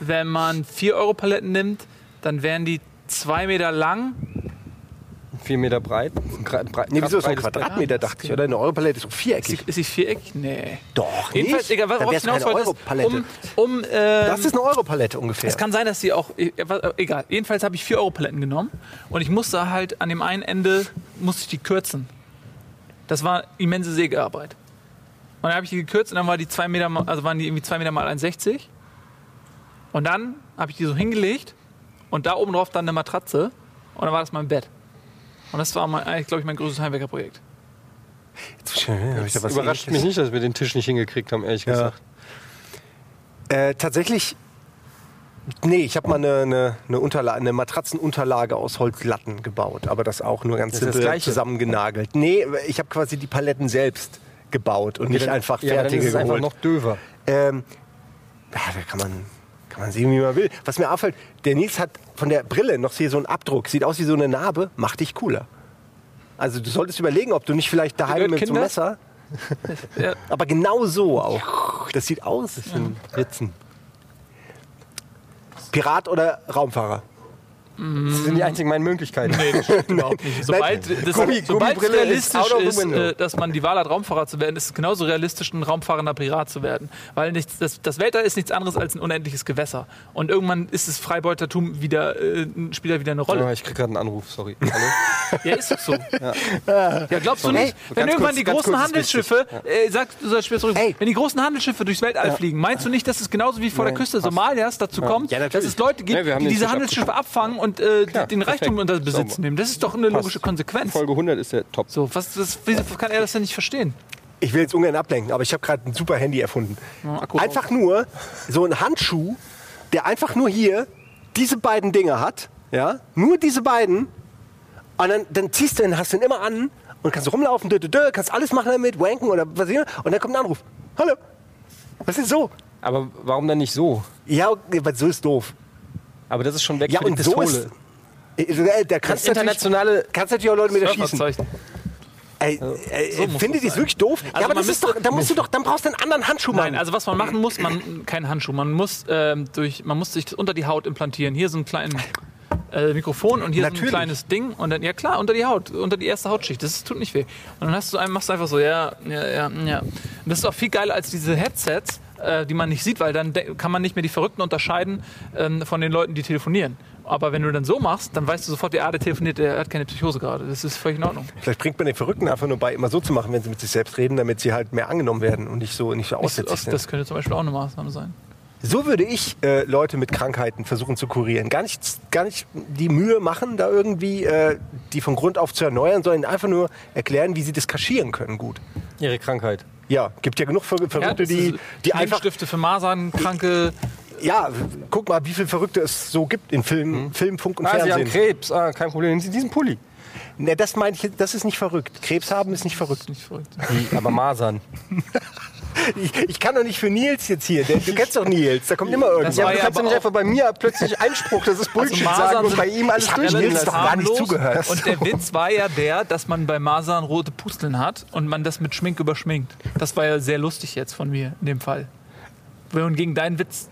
[SPEAKER 5] wenn man vier Europaletten nimmt, dann wären die zwei Meter lang.
[SPEAKER 1] Vier Meter breit. Gra- breit-
[SPEAKER 2] Nee, wieso ist ein
[SPEAKER 1] breites Bett.
[SPEAKER 2] Quadratmeter, dachte ich, oder? Eine Europalette ist doch viereckig.
[SPEAKER 5] Ist die, ist die viereckig? Nee.
[SPEAKER 2] Doch,
[SPEAKER 5] Jedenfalls, egal, was
[SPEAKER 2] Dann
[SPEAKER 5] worauf
[SPEAKER 2] wär's
[SPEAKER 5] ich hinaus
[SPEAKER 2] keine
[SPEAKER 5] wollte, ist,
[SPEAKER 2] Europalette.
[SPEAKER 5] um, um, ähm,
[SPEAKER 2] das ist eine Europalette ungefähr.
[SPEAKER 5] Es kann sein, dass sie auch. e- e- Egal. Jedenfalls habe ich 4 Euro Paletten genommen und ich musste halt an dem einen Ende musste ich die kürzen. Das war immense Sägearbeit. Und dann habe ich die gekürzt und dann war die zwei Meter, mal- also waren die irgendwie 2 Meter mal 1,60. Und dann habe ich die so hingelegt und da oben drauf dann eine Matratze und dann war das mein Bett. Und das war, mein, eigentlich, glaube ich, mein größtes Heimwerkerprojekt.
[SPEAKER 2] Schön, ich da was
[SPEAKER 1] Überrascht
[SPEAKER 2] Ähnliches.
[SPEAKER 1] mich nicht, dass wir den Tisch nicht hingekriegt haben, ehrlich gesagt.
[SPEAKER 2] Äh, tatsächlich. Nee, ich habe mal eine, eine, eine, Unterla- eine Matratzenunterlage aus Holzlatten gebaut, aber das auch nur ganz
[SPEAKER 1] Das ist das
[SPEAKER 2] simpel
[SPEAKER 1] Gleiche.
[SPEAKER 2] zusammengenagelt. Nee, ich habe quasi die Paletten selbst gebaut und nicht
[SPEAKER 1] Dann-
[SPEAKER 2] einfach
[SPEAKER 1] ja, dann ist
[SPEAKER 2] fertige
[SPEAKER 1] es einfach
[SPEAKER 2] geholt.
[SPEAKER 1] noch döver.
[SPEAKER 2] Ähm, ja, da kann man, kann man sehen, wie man will. Was mir auffällt, der Nils hat von der Brille noch hier so einen Abdruck. Sieht aus wie so eine Narbe, macht dich cooler. Also du solltest überlegen, ob du nicht vielleicht daheim
[SPEAKER 5] gehört,
[SPEAKER 2] mit so einem
[SPEAKER 5] Kinder?
[SPEAKER 2] Messer...
[SPEAKER 5] Ja.
[SPEAKER 2] Aber genau so auch. Das sieht aus. Das sind Ritzen. Pirat oder Raumfahrer?
[SPEAKER 1] Das sind die einzigen meinen Möglichkeiten.
[SPEAKER 5] Nee, das stimmt überhaupt nicht. Sobald das-
[SPEAKER 1] Gummi-
[SPEAKER 5] sobald es
[SPEAKER 1] Gummibrille ist
[SPEAKER 5] realistisch
[SPEAKER 1] out of the
[SPEAKER 5] ist,
[SPEAKER 1] window.
[SPEAKER 5] äh, dass man die Wahl hat, Raumfahrer zu werden, ist es genauso realistisch, ein raumfahrender Pirat zu werden. Weil nichts, das, das Weltall ist nichts anderes als ein unendliches Gewässer. Und irgendwann ist das Freibeutertum wieder, äh, spielt da wieder eine
[SPEAKER 1] Oh,
[SPEAKER 5] Rolle.
[SPEAKER 1] ich krieg gerade einen Anruf, sorry.
[SPEAKER 5] Ja, ist doch so. Ja, glaubst du
[SPEAKER 1] Sorry. Hey,
[SPEAKER 5] nicht? Wenn
[SPEAKER 1] ganz
[SPEAKER 5] irgendwann
[SPEAKER 1] kurz,
[SPEAKER 5] die
[SPEAKER 1] ganz
[SPEAKER 5] großen
[SPEAKER 1] kurz, ist
[SPEAKER 5] Handelsschiffe, äh, sag, du sollst später zurück,
[SPEAKER 2] Hey.
[SPEAKER 5] wenn die großen Handelsschiffe durchs Weltall fliegen, meinst du nicht, dass es genauso wie vor der Küste Somalias dazu kommt,
[SPEAKER 1] Ja, natürlich.
[SPEAKER 5] dass es Leute gibt,
[SPEAKER 1] Ja, wir haben
[SPEAKER 5] die
[SPEAKER 1] den
[SPEAKER 5] diese
[SPEAKER 1] Fisch
[SPEAKER 5] Handelsschiffe abfangen und äh,
[SPEAKER 1] Klar,
[SPEAKER 5] den Reichtum
[SPEAKER 1] perfekt.
[SPEAKER 5] unter Besitz
[SPEAKER 1] Sauber.
[SPEAKER 5] nehmen? Das ist doch eine logische Konsequenz.
[SPEAKER 1] Folge 100 ist der Top.
[SPEAKER 5] So, was, das, wieso kann er das denn nicht verstehen?
[SPEAKER 2] Ich will jetzt ungern ablenken, aber ich habe gerade ein super Handy erfunden.
[SPEAKER 5] Akku
[SPEAKER 2] einfach nur so ein Handschuh, der einfach nur hier diese beiden Dinge hat. Ja? Nur diese beiden. Und dann, dann ziehst du den, hast den immer an und kannst rumlaufen, dö, dö, dö, kannst alles machen damit, wanken oder was auch immer. Und dann kommt ein Anruf. Hallo. Was ist so?
[SPEAKER 1] Aber warum dann nicht so?
[SPEAKER 2] Ja, okay, aber so ist doof.
[SPEAKER 1] Aber das ist schon weg
[SPEAKER 2] Ja,
[SPEAKER 1] für die
[SPEAKER 2] und so
[SPEAKER 1] Pistole.
[SPEAKER 2] ist. Äh,
[SPEAKER 1] das
[SPEAKER 2] Da kannst du natürlich,
[SPEAKER 1] internationale
[SPEAKER 2] kannst natürlich auch Leute mit erschießen.
[SPEAKER 5] Surferzeichen.
[SPEAKER 2] Ey, ey,
[SPEAKER 5] so muss
[SPEAKER 2] findet
[SPEAKER 5] das
[SPEAKER 2] ihr es wirklich doof?
[SPEAKER 5] Also
[SPEAKER 2] ja, aber
[SPEAKER 5] man
[SPEAKER 2] das ist
[SPEAKER 5] müsste-
[SPEAKER 2] doch, dann musst du doch, dann brauchst du einen anderen Handschuh machen.
[SPEAKER 5] Nein, also was man machen muss, man kein Handschuh, man muss ähm, durch, man muss sich das unter die Haut implantieren. Hier so ein kleines äh, Mikrofon und hier so ein
[SPEAKER 2] Natürlich.
[SPEAKER 5] kleines Ding und dann ja klar unter die Haut, unter die erste Hautschicht. Das tut nicht weh. Und dann hast du einen, machst du einfach so ja ja ja ja. Und das ist auch viel geiler als diese Headsets, äh, die man nicht sieht, weil dann de- kann man nicht mehr die Verrückten unterscheiden ähm, von den Leuten, die telefonieren. Aber wenn du dann so machst, dann weißt du sofort, der, ah, der telefoniert, der hat keine Psychose gerade. Das ist völlig in Ordnung.
[SPEAKER 2] Vielleicht bringt man den Verrückten einfach nur bei, immer so zu machen, wenn sie mit sich selbst reden, damit sie halt mehr angenommen werden und nicht so nicht so aussätzlich
[SPEAKER 5] Das,
[SPEAKER 2] sind.
[SPEAKER 5] das könnte zum Beispiel auch eine Maßnahme sein.
[SPEAKER 2] So würde ich äh, Leute mit Krankheiten versuchen zu kurieren. Gar nicht, gar nicht die Mühe machen, da irgendwie äh, die von Grund auf zu erneuern, sondern einfach nur erklären, wie sie das kaschieren können gut.
[SPEAKER 1] ihre Krankheit.
[SPEAKER 2] Ja, gibt ja genug Ver Verrückte,
[SPEAKER 5] das
[SPEAKER 2] die,
[SPEAKER 5] ist-
[SPEAKER 2] die einfach...
[SPEAKER 5] Stifte für Masernkranke.
[SPEAKER 2] Ja, guck mal, wie viele Verrückte es so gibt in Film, Film Funk und
[SPEAKER 1] Ah, Sie haben
[SPEAKER 2] Fernsehen.
[SPEAKER 1] Krebs. Ah, kein Problem. Nehmen Sie diesen Pulli.
[SPEAKER 2] Na, das meine ich, das ist nicht verrückt. Krebs haben ist nicht verrückt.
[SPEAKER 5] Nicht verrückt.
[SPEAKER 1] Wie, aber Masern.
[SPEAKER 2] Ich, ich kann doch nicht für Nils jetzt hier. Der, du kennst doch Nils, da kommt immer irgendwas.
[SPEAKER 1] Ja,
[SPEAKER 5] war
[SPEAKER 1] aber du
[SPEAKER 5] ja
[SPEAKER 1] kannst ja
[SPEAKER 5] aber
[SPEAKER 1] nicht
[SPEAKER 5] auch-
[SPEAKER 1] einfach bei mir plötzlich Einspruch, das ist Bullshit
[SPEAKER 5] Also Masern
[SPEAKER 1] sagen und
[SPEAKER 5] sind-
[SPEAKER 1] bei ihm alles
[SPEAKER 2] Ich hab
[SPEAKER 1] durchgehen
[SPEAKER 2] Nils
[SPEAKER 1] lassen.
[SPEAKER 2] doch gar nicht
[SPEAKER 5] harmlos.
[SPEAKER 2] zugehört.
[SPEAKER 5] Und der Witz war ja der, dass man bei Masern rote Pusteln hat und man das mit Schmink überschminkt. Das war ja sehr lustig jetzt von mir in dem Fall. Und gegen deinen Witz.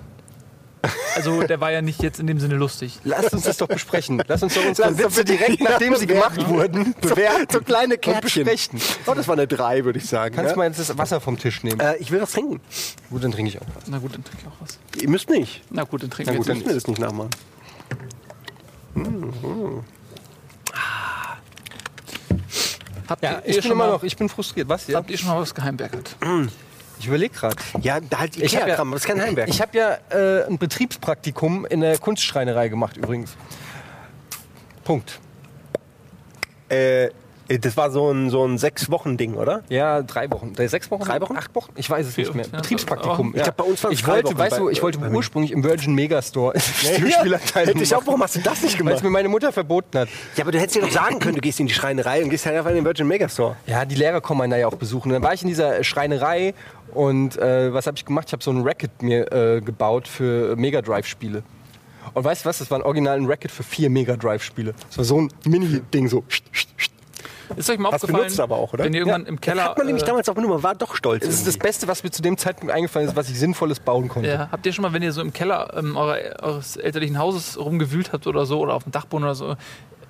[SPEAKER 5] Also der war ja nicht jetzt in dem Sinne lustig.
[SPEAKER 1] Lass uns das doch besprechen. Lass uns doch unsere
[SPEAKER 2] Lass uns
[SPEAKER 1] Witze
[SPEAKER 2] doch
[SPEAKER 1] direkt, nachdem sie gemacht wurden,
[SPEAKER 2] Bewerten.
[SPEAKER 1] so kleine
[SPEAKER 2] Und besprechen. Oh, das war eine 3, würde ich sagen.
[SPEAKER 1] Kannst
[SPEAKER 2] ja?
[SPEAKER 1] du mal jetzt das Wasser vom Tisch nehmen?
[SPEAKER 2] äh, ich will was trinken.
[SPEAKER 1] Gut, dann trinke ich auch.
[SPEAKER 5] Na gut, dann trinke ich auch was.
[SPEAKER 2] Ihr müsst nicht.
[SPEAKER 5] Na gut, dann trinke
[SPEAKER 1] Na
[SPEAKER 5] ich
[SPEAKER 1] gut,
[SPEAKER 5] jetzt
[SPEAKER 1] dann-
[SPEAKER 2] Müsst mir
[SPEAKER 5] was.
[SPEAKER 2] das nicht nachmachen.
[SPEAKER 5] Habt
[SPEAKER 1] Ja,
[SPEAKER 5] ihr
[SPEAKER 1] ich bin
[SPEAKER 5] schon
[SPEAKER 1] immer
[SPEAKER 5] mal,
[SPEAKER 1] noch, ich bin frustriert. Was? Ja?
[SPEAKER 5] Habt ihr schon mal was geheimwerkert?
[SPEAKER 1] Ich überlege gerade.
[SPEAKER 2] Ja, da halt
[SPEAKER 1] Ich hab ja-
[SPEAKER 2] Ikea-Kram, das ist kein Heimwerk.
[SPEAKER 1] Ich habe ja äh, ein Betriebspraktikum in der Kunstschreinerei gemacht übrigens. Punkt.
[SPEAKER 2] äh, das war so ein, so ein Sechs-Wochen-Ding, oder?
[SPEAKER 1] Ja, drei Wochen. Drei, Sechs Wochen?
[SPEAKER 2] Drei Wochen?
[SPEAKER 1] Acht Wochen? Ich weiß es nicht mehr.
[SPEAKER 5] Wochen.
[SPEAKER 1] Betriebspraktikum.
[SPEAKER 2] Ich glaub, bei uns waren es
[SPEAKER 1] Ich
[SPEAKER 2] drei
[SPEAKER 1] wollte,
[SPEAKER 2] Wochen
[SPEAKER 1] weißt du,
[SPEAKER 2] bei-
[SPEAKER 1] ich wollte
[SPEAKER 2] bei mir.
[SPEAKER 1] ursprünglich im Virgin Megastore Videospielerteilung
[SPEAKER 2] Hätte ich auch,
[SPEAKER 1] machen,
[SPEAKER 2] warum hast du das nicht
[SPEAKER 1] weil es
[SPEAKER 2] gemacht?
[SPEAKER 1] mir meine Mutter verboten hat.
[SPEAKER 2] Ja, aber du hättest dir doch sagen können, du gehst in die Schreinerei und gehst halt einfach in den Virgin Megastore.
[SPEAKER 1] Ja, die Lehrer kommen einen da ja auch besuchen. Dann war ich in dieser Schreinerei und äh, was habe ich gemacht? Ich habe so ein Racket mir äh, gebaut für Mega Drive-Spiele. Und weißt du was? Das war ein original ein Racket für vier Mega Drive-Spiele. Das war so ein Mini-Ding, so.
[SPEAKER 5] Ist euch mal
[SPEAKER 2] Hast
[SPEAKER 5] aufgefallen,
[SPEAKER 2] benutzt aber auch, oder?
[SPEAKER 5] wenn ihr irgendwann im Keller...
[SPEAKER 2] Das hat man nämlich
[SPEAKER 5] äh,
[SPEAKER 2] damals auch benutzt, man war doch stolz.
[SPEAKER 1] Das ist das
[SPEAKER 2] irgendwie.
[SPEAKER 1] Beste, was mir zu dem Zeitpunkt eingefallen ist, was ich Sinnvolles bauen konnte.
[SPEAKER 5] Ja, habt ihr schon mal, wenn ihr so im Keller ähm, eurer, eures elterlichen Hauses rumgewühlt habt oder so, oder auf dem Dachboden oder so,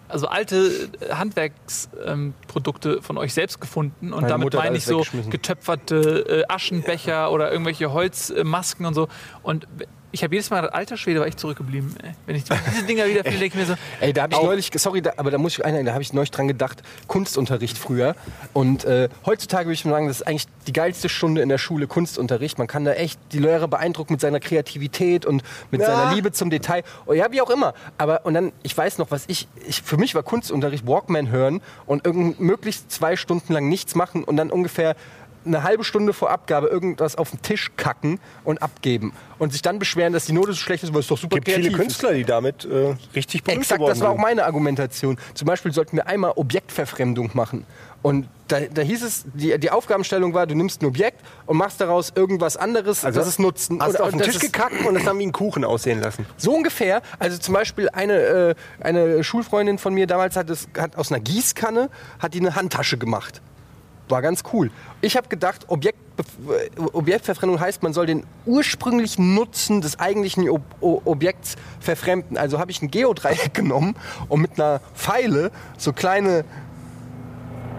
[SPEAKER 5] also alte Handwerksprodukte ähm, Produkte von euch selbst gefunden und
[SPEAKER 1] Meine
[SPEAKER 5] damit
[SPEAKER 1] Mutter hat
[SPEAKER 5] meine
[SPEAKER 1] alles
[SPEAKER 5] ich so
[SPEAKER 1] weggeschmissen.
[SPEAKER 5] getöpferte äh, Aschenbecher oder irgendwelche Holzmasken und so. Und ich habe jedes Mal, gedacht, alter Schwede, war ich zurückgeblieben. Ey. Wenn ich diese Dinger wieder finde, denke ich mir so,
[SPEAKER 1] Ey, da habe ich neulich, sorry, da, aber da muss ich einer, da habe ich neulich dran gedacht, Kunstunterricht früher. Und äh, heutzutage würde ich mal sagen, das ist eigentlich die geilste Stunde in der Schule, Kunstunterricht. Man kann da echt die Lehrer beeindrucken mit seiner Kreativität und mit seiner Liebe zum Detail. Oh, ja, wie auch immer. Aber und dann, ich weiß noch, was ich, ich, für mich war Kunstunterricht Walkman hören und irgend, möglichst zwei Stunden lang nichts machen und dann ungefähr eine halbe Stunde vor Abgabe irgendwas auf den Tisch kacken und abgeben und sich dann beschweren, dass die Note so schlecht ist, weil es doch super
[SPEAKER 2] gibt viele
[SPEAKER 1] kreativ ist.
[SPEAKER 2] Künstler, die damit äh, richtig berühmt
[SPEAKER 1] Exakt,
[SPEAKER 2] geworden
[SPEAKER 1] das war auch
[SPEAKER 2] sind.
[SPEAKER 1] meine Argumentation. Zum Beispiel sollten wir einmal Objektverfremdung machen. Und da, da hieß es, die, die Aufgabenstellung war, du nimmst ein Objekt und machst daraus irgendwas anderes, also, das es nutzen.
[SPEAKER 2] Hast
[SPEAKER 1] Oder-
[SPEAKER 2] du auf den
[SPEAKER 1] das
[SPEAKER 2] Tisch
[SPEAKER 1] ist-
[SPEAKER 2] gekackt und das haben wie einen Kuchen aussehen lassen.
[SPEAKER 1] So ungefähr. Also zum Beispiel eine, äh, eine Schulfreundin von mir damals hat, es, hat aus einer Gießkanne hat die eine Handtasche gemacht. War ganz cool. Ich habe gedacht, Objekt, äh, Objektverfremdung heißt, man soll den ursprünglichen Nutzen des eigentlichen Ob o Objekts verfremden. Also habe ich ein Geodreieck genommen und mit einer Pfeile so kleine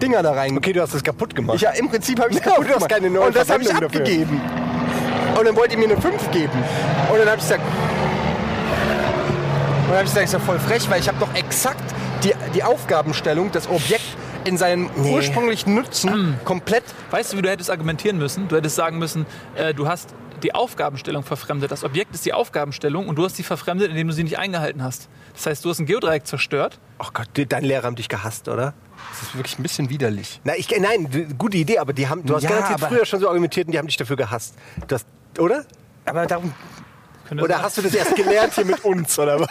[SPEAKER 1] Dinger da rein.
[SPEAKER 2] Okay, du hast es kaputt gemacht.
[SPEAKER 1] Ich, äh, ja, im Prinzip habe ich
[SPEAKER 2] Ja, du hast keine neue
[SPEAKER 1] Und das habe ich
[SPEAKER 2] Verwendung dafür.
[SPEAKER 1] abgegeben. Und dann wollte ihr mir eine 5 geben. Und dann habe ich gesagt. Und dann habe ich gesagt, ist ja voll frech, weil ich habe doch exakt die, die Aufgabenstellung, das Objekt in seinem ursprünglichen Nutzen komplett.
[SPEAKER 5] Weißt du, wie du hättest argumentieren müssen? Du hättest sagen müssen, äh, du hast die Aufgabenstellung verfremdet. Das Objekt ist die Aufgabenstellung und du hast sie verfremdet, indem du sie nicht eingehalten hast. Das heißt, du hast ein Geodreieck zerstört.
[SPEAKER 2] Ach Gott, dein Lehrer haben dich gehasst, oder?
[SPEAKER 1] Das ist wirklich ein bisschen widerlich.
[SPEAKER 2] Na, ich, äh, nein, d- gute Idee, aber die haben, du hast
[SPEAKER 1] Ja,
[SPEAKER 2] garantiert
[SPEAKER 1] aber-
[SPEAKER 2] früher schon so argumentiert und die haben dich dafür gehasst. Das, oder?
[SPEAKER 1] Aber darum.
[SPEAKER 5] Könnte
[SPEAKER 2] Oder
[SPEAKER 5] sein.
[SPEAKER 2] hast du das erst gelernt hier mit uns, oder was?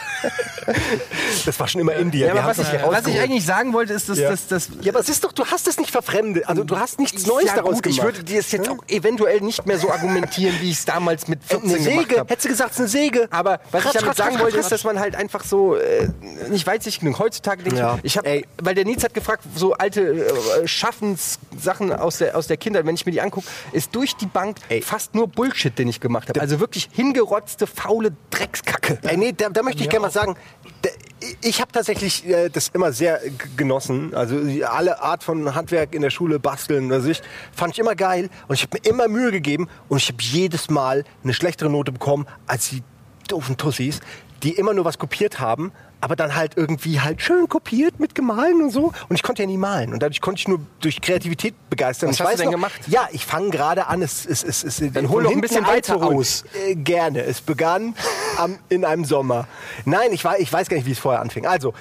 [SPEAKER 2] Das war schon immer in dir.
[SPEAKER 1] Ja,
[SPEAKER 2] wir
[SPEAKER 1] aber was,
[SPEAKER 2] haben's
[SPEAKER 1] ich,
[SPEAKER 2] nicht
[SPEAKER 1] was ich
[SPEAKER 2] rausgeholt.
[SPEAKER 1] eigentlich sagen wollte, ist, dass,
[SPEAKER 2] Ja.
[SPEAKER 1] dass, dass
[SPEAKER 2] Ja, aber es ist doch, du hast es nicht verfremdet. Also du hast nichts Neues
[SPEAKER 1] Ja,
[SPEAKER 2] daraus
[SPEAKER 1] gut,
[SPEAKER 2] gemacht.
[SPEAKER 1] Ich würde dir das jetzt auch eventuell nicht mehr so argumentieren, wie ich es damals mit
[SPEAKER 2] Äh,
[SPEAKER 1] 14
[SPEAKER 2] eine
[SPEAKER 1] gemacht
[SPEAKER 2] Säge,
[SPEAKER 1] habe.
[SPEAKER 2] hättest du gesagt, es ist eine Säge.
[SPEAKER 1] Aber was
[SPEAKER 2] Ratsch,
[SPEAKER 1] ich damit
[SPEAKER 2] ratsch,
[SPEAKER 1] sagen
[SPEAKER 2] ratsch,
[SPEAKER 1] wollte,
[SPEAKER 2] ratsch,
[SPEAKER 1] ist, dass man halt einfach so äh, nicht weitsichtig genug. Heutzutage denke
[SPEAKER 2] Ja.
[SPEAKER 1] ich, ich habe,
[SPEAKER 2] Ey.
[SPEAKER 1] weil der Nietz hat gefragt, so alte äh, Schaffenssachen aus der, aus der Kindheit, wenn ich mir die angucke, ist durch die Bank
[SPEAKER 2] Ey.
[SPEAKER 1] fast nur Bullshit, den ich gemacht habe. Also wirklich hingerotzte, faule Dreckskacke.
[SPEAKER 2] Ey, Äh, nee, da, da möchte ich gerne was sagen. Da, ich- ich habe tatsächlich äh, das immer sehr g- genossen. Also die- alle Art von Handwerk in der Schule, Basteln oder sich, fand ich immer geil. Und ich habe mir immer Mühe gegeben und ich habe jedes Mal eine schlechtere Note bekommen als die doofen Tussis, die immer nur was kopiert haben, aber dann halt irgendwie halt schön kopiert mit gemahlen und so. Und ich konnte ja nie malen und dadurch konnte ich nur durch Kreativität begeistern.
[SPEAKER 1] Was
[SPEAKER 2] ich
[SPEAKER 1] hast du
[SPEAKER 2] weiß
[SPEAKER 1] denn
[SPEAKER 2] noch,
[SPEAKER 1] gemacht?
[SPEAKER 2] Ja, ich fange gerade an. Es, es, es, es,
[SPEAKER 1] Dann hol doch ein bisschen weiter aus.
[SPEAKER 2] aus. Äh, gerne. Es begann am, in einem Sommer. Nein, ich, war, ich weiß gar nicht, wie es vorher anfing. Also,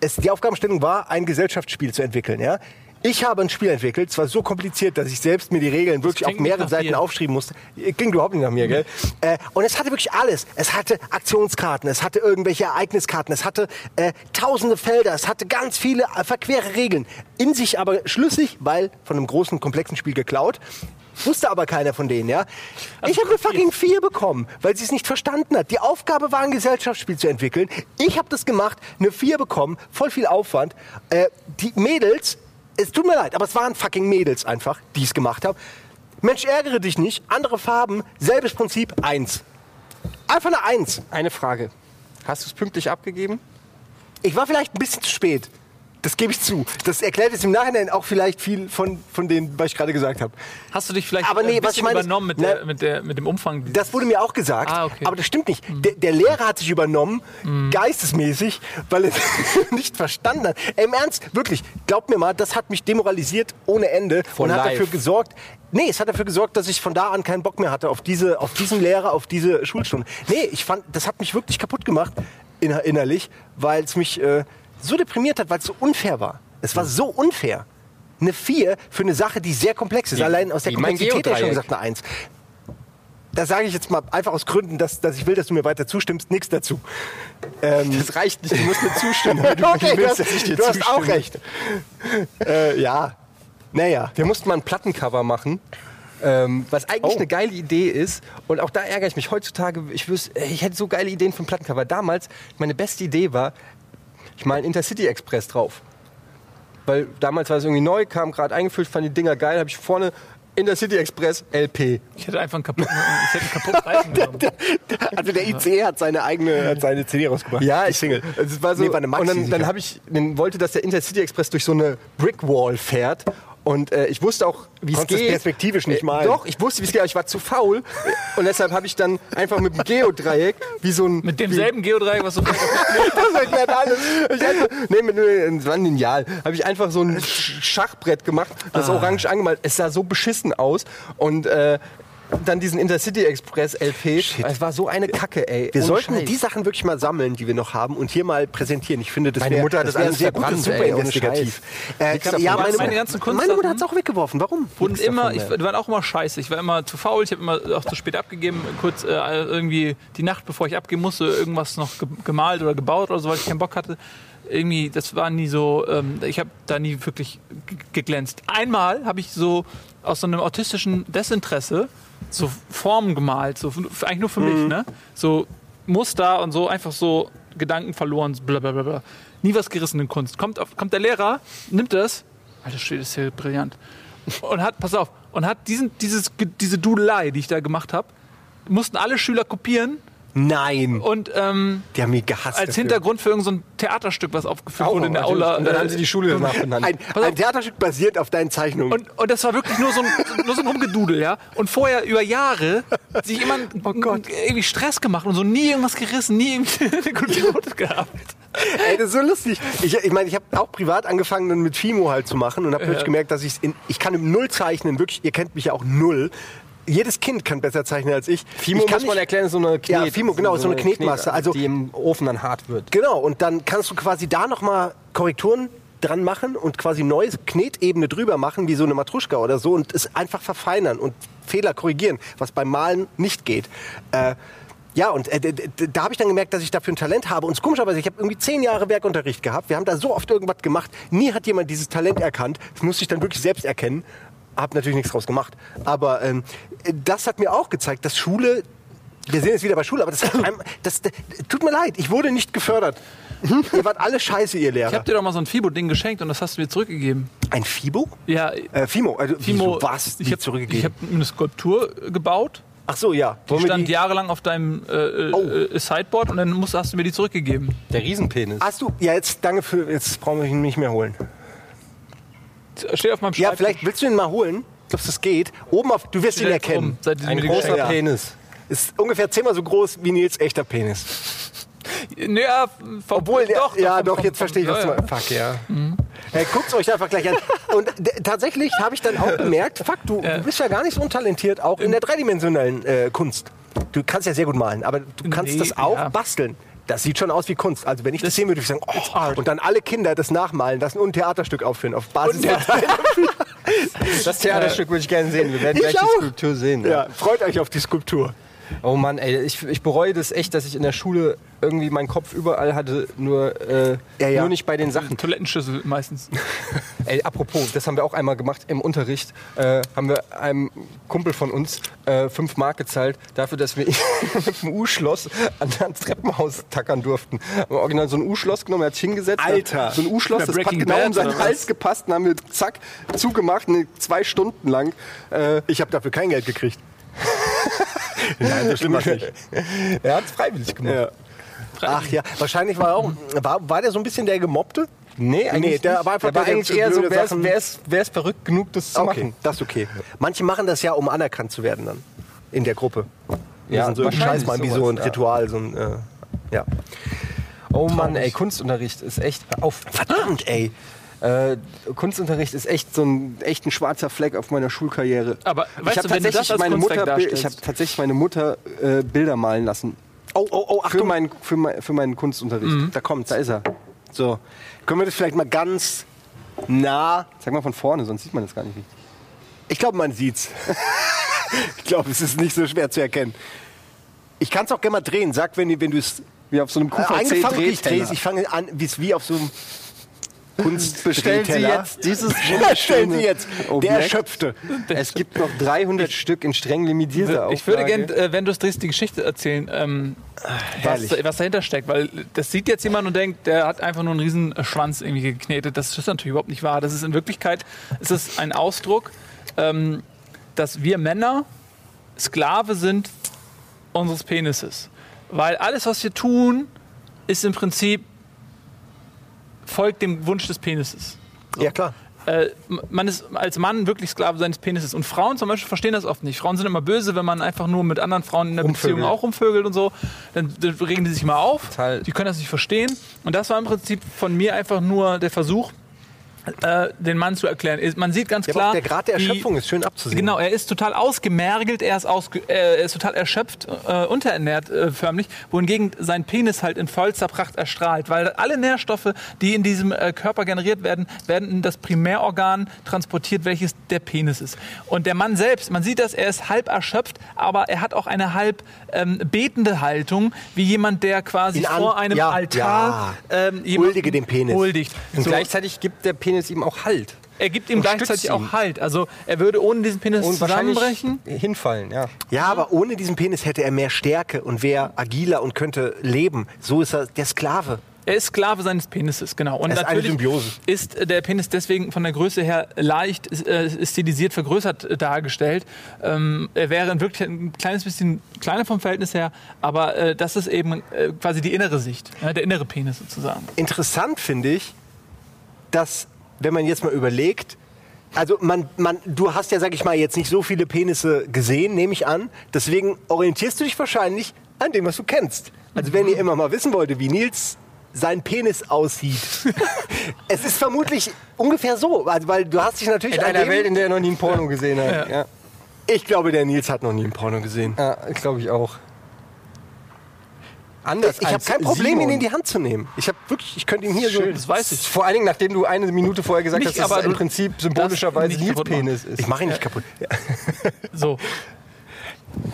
[SPEAKER 2] es, die Aufgabenstellung war, ein Gesellschaftsspiel zu entwickeln. Ja? Ich habe ein Spiel entwickelt, es war so kompliziert, dass ich selbst mir die Regeln wirklich auf
[SPEAKER 5] klingt
[SPEAKER 2] mehreren
[SPEAKER 5] nach
[SPEAKER 2] Seiten
[SPEAKER 5] dir.
[SPEAKER 2] aufschreiben musste. Klingt überhaupt nicht nach mir, gell? Äh, und es hatte wirklich alles. Es hatte Aktionskarten, es hatte irgendwelche Ereigniskarten, es hatte äh, tausende Felder, es hatte ganz viele äh, verquere Regeln. In sich aber schlüssig, weil von einem großen, komplexen Spiel geklaut. Wusste aber keiner von denen, ja? ich habe eine fucking 4 bekommen, weil sie es nicht verstanden hat. Die Aufgabe war, ein Gesellschaftsspiel zu entwickeln. Ich habe das gemacht, eine 4 bekommen, voll viel Aufwand. Äh, die Mädels, es tut mir leid, aber es waren fucking Mädels einfach, die es gemacht haben. Mensch, ärgere dich nicht. Andere Farben, selbes Prinzip, eins. Einfach eine Eins.
[SPEAKER 1] Eine Frage. Hast du es pünktlich abgegeben?
[SPEAKER 2] Ich war vielleicht ein bisschen zu spät. Das gebe ich zu. Das erklärt jetzt im Nachhinein auch vielleicht viel von, von dem, was ich gerade gesagt habe.
[SPEAKER 5] Hast du dich vielleicht
[SPEAKER 2] Aber
[SPEAKER 5] äh,
[SPEAKER 2] nee,
[SPEAKER 5] ein
[SPEAKER 2] was
[SPEAKER 5] bisschen
[SPEAKER 2] ich Ne? meine ist-
[SPEAKER 5] übernommen mit,
[SPEAKER 2] Na-
[SPEAKER 5] der, mit, der, mit dem Umfang? dieses-
[SPEAKER 2] Das wurde mir auch gesagt,
[SPEAKER 5] Ah, okay.
[SPEAKER 2] aber das stimmt nicht. Der, der Lehrer hat sich übernommen, geistesmäßig, weil er es nicht verstanden hat. Ey, Im Ernst, wirklich, glaubt mir mal, das hat mich demoralisiert ohne Ende und hat
[SPEAKER 1] life.
[SPEAKER 2] dafür gesorgt. Nee, es hat dafür gesorgt, dass ich von da an keinen Bock mehr hatte auf diese, auf diesen Lehrer, auf diese Schulstunde. Nee, ich fand, das hat mich wirklich kaputt gemacht inner- innerlich, weil es mich äh, so deprimiert hat, weil es so unfair war. Es war so unfair. Eine 4 für eine Sache, die sehr komplex ist. Allein aus der
[SPEAKER 1] wie mein
[SPEAKER 2] Komplexität hätte ich schon
[SPEAKER 1] Geodreieck.
[SPEAKER 2] gesagt, eine 1 da sage ich jetzt mal einfach aus Gründen, dass, dass ich will, dass du mir weiter zustimmst, nichts dazu. Ähm,
[SPEAKER 1] Das reicht nicht, du musst mir zustimmen. wenn
[SPEAKER 2] okay, du
[SPEAKER 1] willst,
[SPEAKER 2] hast,
[SPEAKER 1] dass ich dir
[SPEAKER 2] du hast auch
[SPEAKER 1] zustimme.
[SPEAKER 2] recht. Äh, ja, naja.
[SPEAKER 1] Wir mussten mal ein Plattencover machen. Ähm, was
[SPEAKER 2] Oh.
[SPEAKER 1] eigentlich eine geile Idee ist. Und auch da ärgere ich mich heutzutage. Ich, wüs- ey, ich hätte so geile Ideen für ein Plattencover. Damals, meine beste Idee war, ich mal einen Intercity Express drauf. Weil damals war es irgendwie neu, kam gerade eingeführt, fand die Dinger geil. Habe ich vorne Intercity Express LP.
[SPEAKER 5] ich hätte einfach einen kaputten, ich hätte einen kaputten Reifen genommen.
[SPEAKER 2] Also der ICE hat seine eigene hat seine CD rausgebracht.
[SPEAKER 1] Ja,
[SPEAKER 2] Die
[SPEAKER 1] ich, also
[SPEAKER 2] Single.
[SPEAKER 1] Es war so,
[SPEAKER 2] Nee, war eine Maxi
[SPEAKER 1] und dann, dann
[SPEAKER 2] sicher.
[SPEAKER 1] habe ich, dann wollte, dass der Intercity Express durch so eine Brickwall fährt. Und äh, ich wusste auch, wie es
[SPEAKER 2] Konntest
[SPEAKER 1] geht. Äh,
[SPEAKER 2] perspektivisch nicht malen.
[SPEAKER 1] Doch, ich wusste, wie es geht, aber ich war zu faul. Und deshalb habe ich dann einfach mit dem Geodreieck, wie so ein.
[SPEAKER 5] Mit demselben Geodreieck, was du
[SPEAKER 1] Das erklärt alles. Ich einfach, nee, mit einem war ein Lineal. Habe ich einfach so ein Sch- Schachbrett gemacht, das
[SPEAKER 2] Ah.
[SPEAKER 1] orange angemalt. Es sah so beschissen aus. Und äh, dann diesen Intercity Express LP. Es war so eine Kacke, ey.
[SPEAKER 2] wir
[SPEAKER 1] Ohne
[SPEAKER 2] sollten
[SPEAKER 1] Scheiß.
[SPEAKER 2] die Sachen wirklich mal sammeln, die wir noch haben und hier mal präsentieren. Ich finde, das
[SPEAKER 1] Meine
[SPEAKER 2] wär-
[SPEAKER 1] Mutter hat das
[SPEAKER 2] wär
[SPEAKER 1] alles
[SPEAKER 2] ein sehr gutes,
[SPEAKER 1] verbrannt,
[SPEAKER 2] super
[SPEAKER 1] ey, ohne
[SPEAKER 2] investigativ. Äh,
[SPEAKER 1] glaub,
[SPEAKER 2] ja,
[SPEAKER 1] meine-
[SPEAKER 2] meine,
[SPEAKER 5] meine ganzen Kunstsachen-
[SPEAKER 2] meine Mutter hat es auch weggeworfen. Warum?
[SPEAKER 5] wurden immer, ich, die waren auch immer scheiße. Ich war immer zu faul, ich habe immer auch zu spät abgegeben. Kurz äh, irgendwie die Nacht, bevor ich abgeben musste, irgendwas noch ge gemalt oder gebaut oder so, weil ich keinen Bock hatte. Irgendwie, das war nie so, ähm, ich habe da nie wirklich ge- geglänzt. Einmal habe ich so aus so einem autistischen Desinteresse so Formen gemalt, so f- eigentlich nur für mich, ne? So Muster und so, einfach so Gedanken verloren, bla bla bla. bla. Nie was gerissen in Kunst. Kommt, auf, kommt der Lehrer, nimmt das, Alter, steht, ist hier brillant. Und hat, pass auf, und hat diesen, dieses, diese Dudelei, die ich da gemacht habe, mussten alle Schüler kopieren
[SPEAKER 1] Oh,
[SPEAKER 2] Nein.
[SPEAKER 5] und ähm,
[SPEAKER 2] Die haben mich gehasst.
[SPEAKER 5] als
[SPEAKER 2] dafür.
[SPEAKER 5] Hintergrund für irgendein so ein Theaterstück, was aufgeführt
[SPEAKER 1] Auch
[SPEAKER 5] wurde
[SPEAKER 1] noch,
[SPEAKER 5] in der
[SPEAKER 1] natürlich.
[SPEAKER 5] Aula.
[SPEAKER 1] Und dann
[SPEAKER 5] äh,
[SPEAKER 1] haben sie die Schule danach benannt.
[SPEAKER 2] Oh, also, Ein, ein Theaterstück basiert auf deinen Zeichnungen.
[SPEAKER 5] Und, und das war wirklich nur so ein, nur so ein Rumgedudel, ja. Und vorher über Jahre sich immer
[SPEAKER 1] Oh
[SPEAKER 5] irgendwie Stress gemacht und so nie irgendwas gerissen, nie irgendwie eine gute Note gehabt.
[SPEAKER 2] Ey, das ist so lustig. Ich meine, ich, mein, ich habe auch privat angefangen, dann mit Fimo halt zu machen und habe plötzlich gemerkt, dass ich in, ich kann im Null zeichnen. Wirklich, ihr kennt mich ja auch Null. Jedes Kind kann besser zeichnen als ich.
[SPEAKER 1] Fimo
[SPEAKER 2] ich kann
[SPEAKER 1] muss man
[SPEAKER 2] nicht-
[SPEAKER 1] erklären, ist so eine Knet.
[SPEAKER 2] Ja, Fimo, genau, ist so eine Knetmasse. Also-
[SPEAKER 1] die im Ofen dann hart wird.
[SPEAKER 2] Genau, und dann kannst du quasi da nochmal Korrekturen dran machen und quasi neue Knetebene drüber machen, wie so eine Matruschka oder so, und es einfach verfeinern und Fehler korrigieren, was beim Malen nicht geht. Äh, ja, und äh, d- d- da habe ich dann gemerkt, dass ich dafür ein Talent habe. Und es ist komischerweise, ich habe irgendwie zehn Jahre Werkunterricht gehabt. Wir haben da so oft irgendwas gemacht. Nie hat jemand dieses Talent erkannt. Das musste ich dann wirklich selbst erkennen. Hab natürlich nichts draus gemacht. Aber ähm, das hat mir auch gezeigt, dass Schule wir sind jetzt wieder bei Schule, aber das, hat einem, das, das tut mir leid, ich wurde nicht gefördert. ihr wart alle scheiße, ihr
[SPEAKER 5] Hm? Ich
[SPEAKER 2] Lehrer.
[SPEAKER 5] hab dir doch mal so ein Fibo-Ding geschenkt und das hast du mir zurückgegeben.
[SPEAKER 2] Ein Fibo?
[SPEAKER 5] Ja,
[SPEAKER 2] Äh, Fimo, also Fimo, was?
[SPEAKER 5] Ich habe
[SPEAKER 2] zurückgegeben.
[SPEAKER 5] hab eine Skulptur äh, gebaut.
[SPEAKER 2] Ach so, ja.
[SPEAKER 5] Die
[SPEAKER 2] Wollen wir
[SPEAKER 5] stand
[SPEAKER 2] die-
[SPEAKER 5] jahrelang auf deinem äh, äh,
[SPEAKER 2] Oh.
[SPEAKER 5] äh, Sideboard und dann musst, hast du mir die zurückgegeben.
[SPEAKER 1] Der Riesenpenis.
[SPEAKER 2] Hast du? Ja, jetzt danke für. Jetzt brauchen wir ihn nicht mehr holen.
[SPEAKER 5] Steht auf meinem
[SPEAKER 2] Ja,
[SPEAKER 5] Schreibtisch.
[SPEAKER 2] vielleicht willst du ihn mal holen. Glaubst du, es geht? Oben auf. Du wirst ihn
[SPEAKER 5] Steht da jetzt rum,
[SPEAKER 2] erkennen.
[SPEAKER 5] seit du
[SPEAKER 1] Ein
[SPEAKER 5] mir die
[SPEAKER 1] großer
[SPEAKER 5] geschenkt
[SPEAKER 2] ja.
[SPEAKER 1] Penis.
[SPEAKER 2] Rum. Ist ungefähr zehnmal so groß wie Nils echter Penis.
[SPEAKER 5] hast. Naja, vom,
[SPEAKER 2] Obwohl, der- ja, doch, jetzt verstehe ich, was
[SPEAKER 5] ja,
[SPEAKER 2] du
[SPEAKER 5] ja.
[SPEAKER 2] meinst. Fuck, ja. Äh, Guckt euch einfach gleich an. Und d- tatsächlich habe ich dann auch bemerkt, fuck, du, du bist ja gar nicht so untalentiert, auch in der dreidimensionalen äh, Kunst. Du kannst ja sehr gut malen, aber du kannst
[SPEAKER 5] Nee,
[SPEAKER 2] das auch
[SPEAKER 5] ja.
[SPEAKER 2] basteln. Das sieht schon aus wie Kunst. Also wenn ich das, sehen würde, würde ich sagen, oh, und dann alle Kinder das nachmalen lassen und ein Theaterstück aufführen auf Basis von
[SPEAKER 1] Das Theaterstück würde ich gerne sehen. Wir werden gleich
[SPEAKER 2] auch.
[SPEAKER 1] die Skulptur sehen.
[SPEAKER 2] Ja, freut euch auf die Skulptur.
[SPEAKER 1] Oh Mann, ey, ich, ich bereue das echt, dass ich in der Schule irgendwie meinen Kopf überall hatte, nur, äh,
[SPEAKER 2] Ja, ja.
[SPEAKER 1] nur nicht bei den Sachen.
[SPEAKER 5] Toilettenschüssel meistens.
[SPEAKER 1] Ey, apropos, das haben wir auch einmal gemacht im Unterricht. Äh, haben wir einem Kumpel von uns äh, fünf Mark gezahlt, dafür, dass wir ihn mit dem U-Schloss an- ans Treppenhaus tackern durften. Haben wir original so ein U-Schloss genommen, er hat sich hingesetzt.
[SPEAKER 2] Alter.
[SPEAKER 1] So ein U-Schloss,
[SPEAKER 5] Bei
[SPEAKER 1] das hat
[SPEAKER 5] Breaking
[SPEAKER 1] genau
[SPEAKER 5] Bad
[SPEAKER 1] um seinen
[SPEAKER 5] oder was?
[SPEAKER 1] Hals gepasst und haben wir zack zugemacht, ne, zwei Stunden lang. Äh,
[SPEAKER 2] Ich habe dafür kein Geld gekriegt. Nein, so schlimm war's nicht.
[SPEAKER 1] er hat es freiwillig gemacht.
[SPEAKER 2] Ja. Ach ja, wahrscheinlich war er auch. War, war der so ein bisschen der Gemobbte?
[SPEAKER 1] Nee, eigentlich
[SPEAKER 2] Nee, der
[SPEAKER 1] nicht.
[SPEAKER 2] war einfach
[SPEAKER 1] der war
[SPEAKER 2] der, der
[SPEAKER 1] eigentlich
[SPEAKER 2] zu
[SPEAKER 1] eher so,
[SPEAKER 2] blöde
[SPEAKER 1] wer ist,
[SPEAKER 2] Sachen-
[SPEAKER 1] wer, ist, wer ist verrückt genug, das zu
[SPEAKER 2] Okay,
[SPEAKER 1] machen?
[SPEAKER 2] das ist okay. Manche machen das ja, um anerkannt zu werden dann in der Gruppe. Die
[SPEAKER 1] Ja,
[SPEAKER 2] sind so im
[SPEAKER 1] wahrscheinlich
[SPEAKER 2] Scheiß mal wie
[SPEAKER 1] sowas,
[SPEAKER 2] so ein
[SPEAKER 1] ja.
[SPEAKER 2] Ritual, so ein äh, ja.
[SPEAKER 1] Oh Mann, ey, Kunstunterricht ist echt hör auf.
[SPEAKER 2] Verdammt, ey.
[SPEAKER 1] Äh, Kunstunterricht ist echt so ein echt ein schwarzer Fleck auf meiner Schulkarriere.
[SPEAKER 5] Aber
[SPEAKER 1] ich
[SPEAKER 5] weißt
[SPEAKER 1] habe
[SPEAKER 5] du, wenn du das
[SPEAKER 1] tatsächlich
[SPEAKER 5] als
[SPEAKER 1] meine
[SPEAKER 5] Kunstwerk
[SPEAKER 1] Mutter, Bi- ich
[SPEAKER 5] darstellst?
[SPEAKER 1] habe tatsächlich meine Mutter äh, Bilder malen lassen
[SPEAKER 2] Oh, oh, oh,
[SPEAKER 1] für
[SPEAKER 2] Achtung, Mhm.
[SPEAKER 1] meinen für, mein, für meinen Kunstunterricht. Da kommt's, da ist er.
[SPEAKER 2] so. Können wir das vielleicht mal ganz nah?
[SPEAKER 1] Sag mal von vorne, sonst sieht man das gar nicht richtig.
[SPEAKER 2] Ich glaube, man sieht's. ich glaube, es ist nicht so schwer zu erkennen. Ich kann es auch gerne mal drehen. Sag, wenn, du- wenn du es
[SPEAKER 1] Wie auf so einem
[SPEAKER 2] äh,
[SPEAKER 1] QVC
[SPEAKER 2] eingefangen ich
[SPEAKER 1] dreht.
[SPEAKER 2] drehst. Ich fange an, wie's wie auf so einem Kunst
[SPEAKER 1] Bestellen Sie jetzt dieses
[SPEAKER 2] Stellen Sie jetzt. Der
[SPEAKER 1] Objekt.
[SPEAKER 2] Erschöpfte.
[SPEAKER 1] Es gibt noch 300 Stück in streng limitierter
[SPEAKER 5] Ich würde
[SPEAKER 1] Auflage.
[SPEAKER 5] gerne, äh, wenn du es drehst, die Geschichte erzählen, ähm, was,
[SPEAKER 2] herrlich.
[SPEAKER 5] was dahinter steckt. Weil das sieht jetzt jemand und denkt, der hat einfach nur einen riesen Schwanz irgendwie geknetet. Das ist natürlich überhaupt nicht wahr. Das ist in Wirklichkeit ist es ein Ausdruck, ähm, dass wir Männer Sklave sind unseres Penises. Weil alles, was wir tun, ist im Prinzip folgt dem Wunsch des Penises
[SPEAKER 2] Ja, klar.
[SPEAKER 5] äh, man ist als Mann wirklich Sklave seines Penises. Und Frauen zum Beispiel verstehen das oft nicht. Frauen sind immer böse, wenn man einfach nur mit anderen Frauen in der
[SPEAKER 1] Rumvögelt.
[SPEAKER 5] Beziehung auch rumvögelt und so. Dann, dann regen die sich mal auf.
[SPEAKER 1] Total.
[SPEAKER 5] Die können das nicht verstehen. Und das war im Prinzip von mir einfach nur der Versuch, äh, den Mann zu erklären. Man sieht ganz
[SPEAKER 2] Ja, aber
[SPEAKER 5] klar.
[SPEAKER 2] auch der Grad der
[SPEAKER 5] die-
[SPEAKER 2] Erschöpfung ist schön abzusehen.
[SPEAKER 5] Genau, er ist total ausgemergelt, er ist, ausge äh, er ist total erschöpft, äh, unterernährt äh, förmlich, wohingegen sein Penis halt in vollster Pracht erstrahlt, weil alle Nährstoffe, die in diesem äh, Körper generiert werden, werden in das Primärorgan transportiert, welches der Penis ist. Und der Mann selbst, man sieht das, er ist halb erschöpft, aber er hat auch eine halb ähm, betende Haltung, wie jemand, der quasi
[SPEAKER 2] Ihn an-
[SPEAKER 5] vor einem
[SPEAKER 2] ja,
[SPEAKER 5] Altar ähm, jemanden
[SPEAKER 2] Huldige dem Penis.
[SPEAKER 5] huldigt.
[SPEAKER 1] Und
[SPEAKER 5] So,
[SPEAKER 1] gleichzeitig gibt der Penis ihm auch Halt.
[SPEAKER 5] er gibt ihm
[SPEAKER 1] unterstützt
[SPEAKER 5] gleichzeitig
[SPEAKER 1] ihn.
[SPEAKER 5] auch Halt. Also er würde ohne diesen Penis
[SPEAKER 1] Und wahrscheinlich
[SPEAKER 5] zusammenbrechen.
[SPEAKER 1] hinfallen, ja.
[SPEAKER 2] Ja, aber ohne diesen Penis hätte er mehr Stärke und wäre agiler und könnte leben. So ist er der Sklave.
[SPEAKER 5] Er ist Sklave seines Penises, genau. Und
[SPEAKER 2] Es ist eine
[SPEAKER 5] natürlich
[SPEAKER 2] Symbiose.
[SPEAKER 5] ist äh, der Penis deswegen von der Größe her leicht äh, stilisiert, vergrößert äh, dargestellt. Ähm, er wäre in Wirklichkeit ein kleines bisschen kleiner vom Verhältnis her, aber äh, das ist eben äh, quasi die innere Sicht, ja, der innere Penis sozusagen.
[SPEAKER 2] Interessant finde ich, dass, wenn man jetzt mal überlegt, also man, man, du hast ja, sag ich mal, jetzt nicht so viele Penisse gesehen, nehme ich an. Deswegen orientierst du dich wahrscheinlich an dem, was du kennst. Also
[SPEAKER 1] Mhm.
[SPEAKER 2] wenn ihr immer mal wissen wollte, wie Nils sein Penis aussieht. es ist vermutlich ungefähr so, also, weil du hast dich natürlich
[SPEAKER 1] In
[SPEAKER 2] an
[SPEAKER 1] einer
[SPEAKER 2] dem,
[SPEAKER 1] Welt, in der er noch nie einen Porno gesehen hat. Ja,
[SPEAKER 2] Ich glaube, der Nils hat noch nie ein Porno gesehen.
[SPEAKER 1] ja. glaube ich auch. Anders
[SPEAKER 2] Ich habe
[SPEAKER 1] als
[SPEAKER 2] kein Problem,
[SPEAKER 1] Simon.
[SPEAKER 2] ihn in die Hand zu nehmen. Ich habe wirklich, ich könnte ihn hier so.
[SPEAKER 5] das weiß ich.
[SPEAKER 1] Vor allen Dingen, nachdem du eine Minute vorher gesagt
[SPEAKER 5] Nicht,
[SPEAKER 1] hast, dass
[SPEAKER 5] aber
[SPEAKER 1] es im
[SPEAKER 5] du-
[SPEAKER 1] Prinzip symbolischerweise
[SPEAKER 5] nicht
[SPEAKER 1] Nils
[SPEAKER 5] kaputt machen.
[SPEAKER 1] Penis ist.
[SPEAKER 2] Ich mache ihn nicht kaputt.
[SPEAKER 5] So.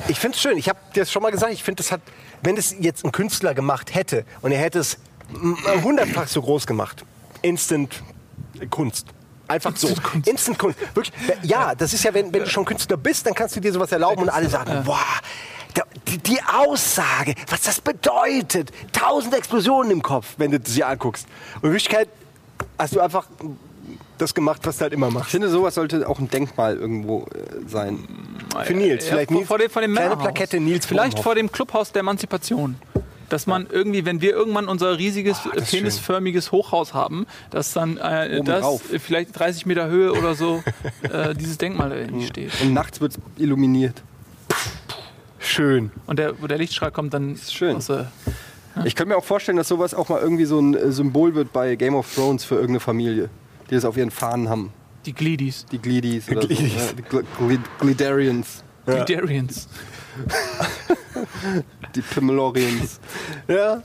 [SPEAKER 2] Ich finde es schön. Ich habe dir das schon mal gesagt. Ich finde, das hat, wenn es jetzt ein Künstler gemacht hätte und er hätte es m- hundertfach so groß gemacht, Instant Kunst. Einfach so. Instant Kunst. Wirklich. Ja, das ist ja, wenn, wenn du schon Künstler bist, dann kannst du dir sowas erlauben und alle sagen, wow, da- die, die Aussage, was das bedeutet. Tausend Explosionen im Kopf, wenn du sie anguckst. Und in Wirklichkeit hast du einfach das gemacht, was du halt immer
[SPEAKER 1] Ich
[SPEAKER 2] machst.
[SPEAKER 1] finde, sowas sollte auch ein Denkmal irgendwo äh, sein.
[SPEAKER 2] Für Nils.
[SPEAKER 5] Ja,
[SPEAKER 2] vielleicht
[SPEAKER 5] vor,
[SPEAKER 2] Nils.
[SPEAKER 5] vor dem, vor dem
[SPEAKER 2] kleine
[SPEAKER 5] Männerhaus.
[SPEAKER 2] Plakette Nils
[SPEAKER 5] Vielleicht
[SPEAKER 2] Bohnhoff.
[SPEAKER 5] vor dem Clubhaus der Emanzipation. Dass man irgendwie, wenn wir irgendwann unser riesiges äh,
[SPEAKER 2] ist schön.
[SPEAKER 5] penisförmiges Hochhaus haben, dass dann äh, das
[SPEAKER 1] drauf.
[SPEAKER 5] äh, vielleicht 30 Meter Höhe oder so äh, dieses Denkmal da irgendwie steht.
[SPEAKER 1] Und nachts wird es illuminiert.
[SPEAKER 2] Schön.
[SPEAKER 5] Und der, wo der Lichtstrahl kommt dann
[SPEAKER 1] schön.
[SPEAKER 5] aus der
[SPEAKER 1] Ich könnte mir auch vorstellen, dass sowas auch mal irgendwie so ein äh, Symbol wird bei Game of Thrones für irgendeine Familie, die das auf ihren Fahnen haben.
[SPEAKER 5] die Glidis,
[SPEAKER 1] Die Glidies oder
[SPEAKER 2] Glidies.
[SPEAKER 1] so. ne? Die Gl Glid Glidarians.
[SPEAKER 5] die Glidarians.
[SPEAKER 1] Die Pimelorians.
[SPEAKER 2] Ja.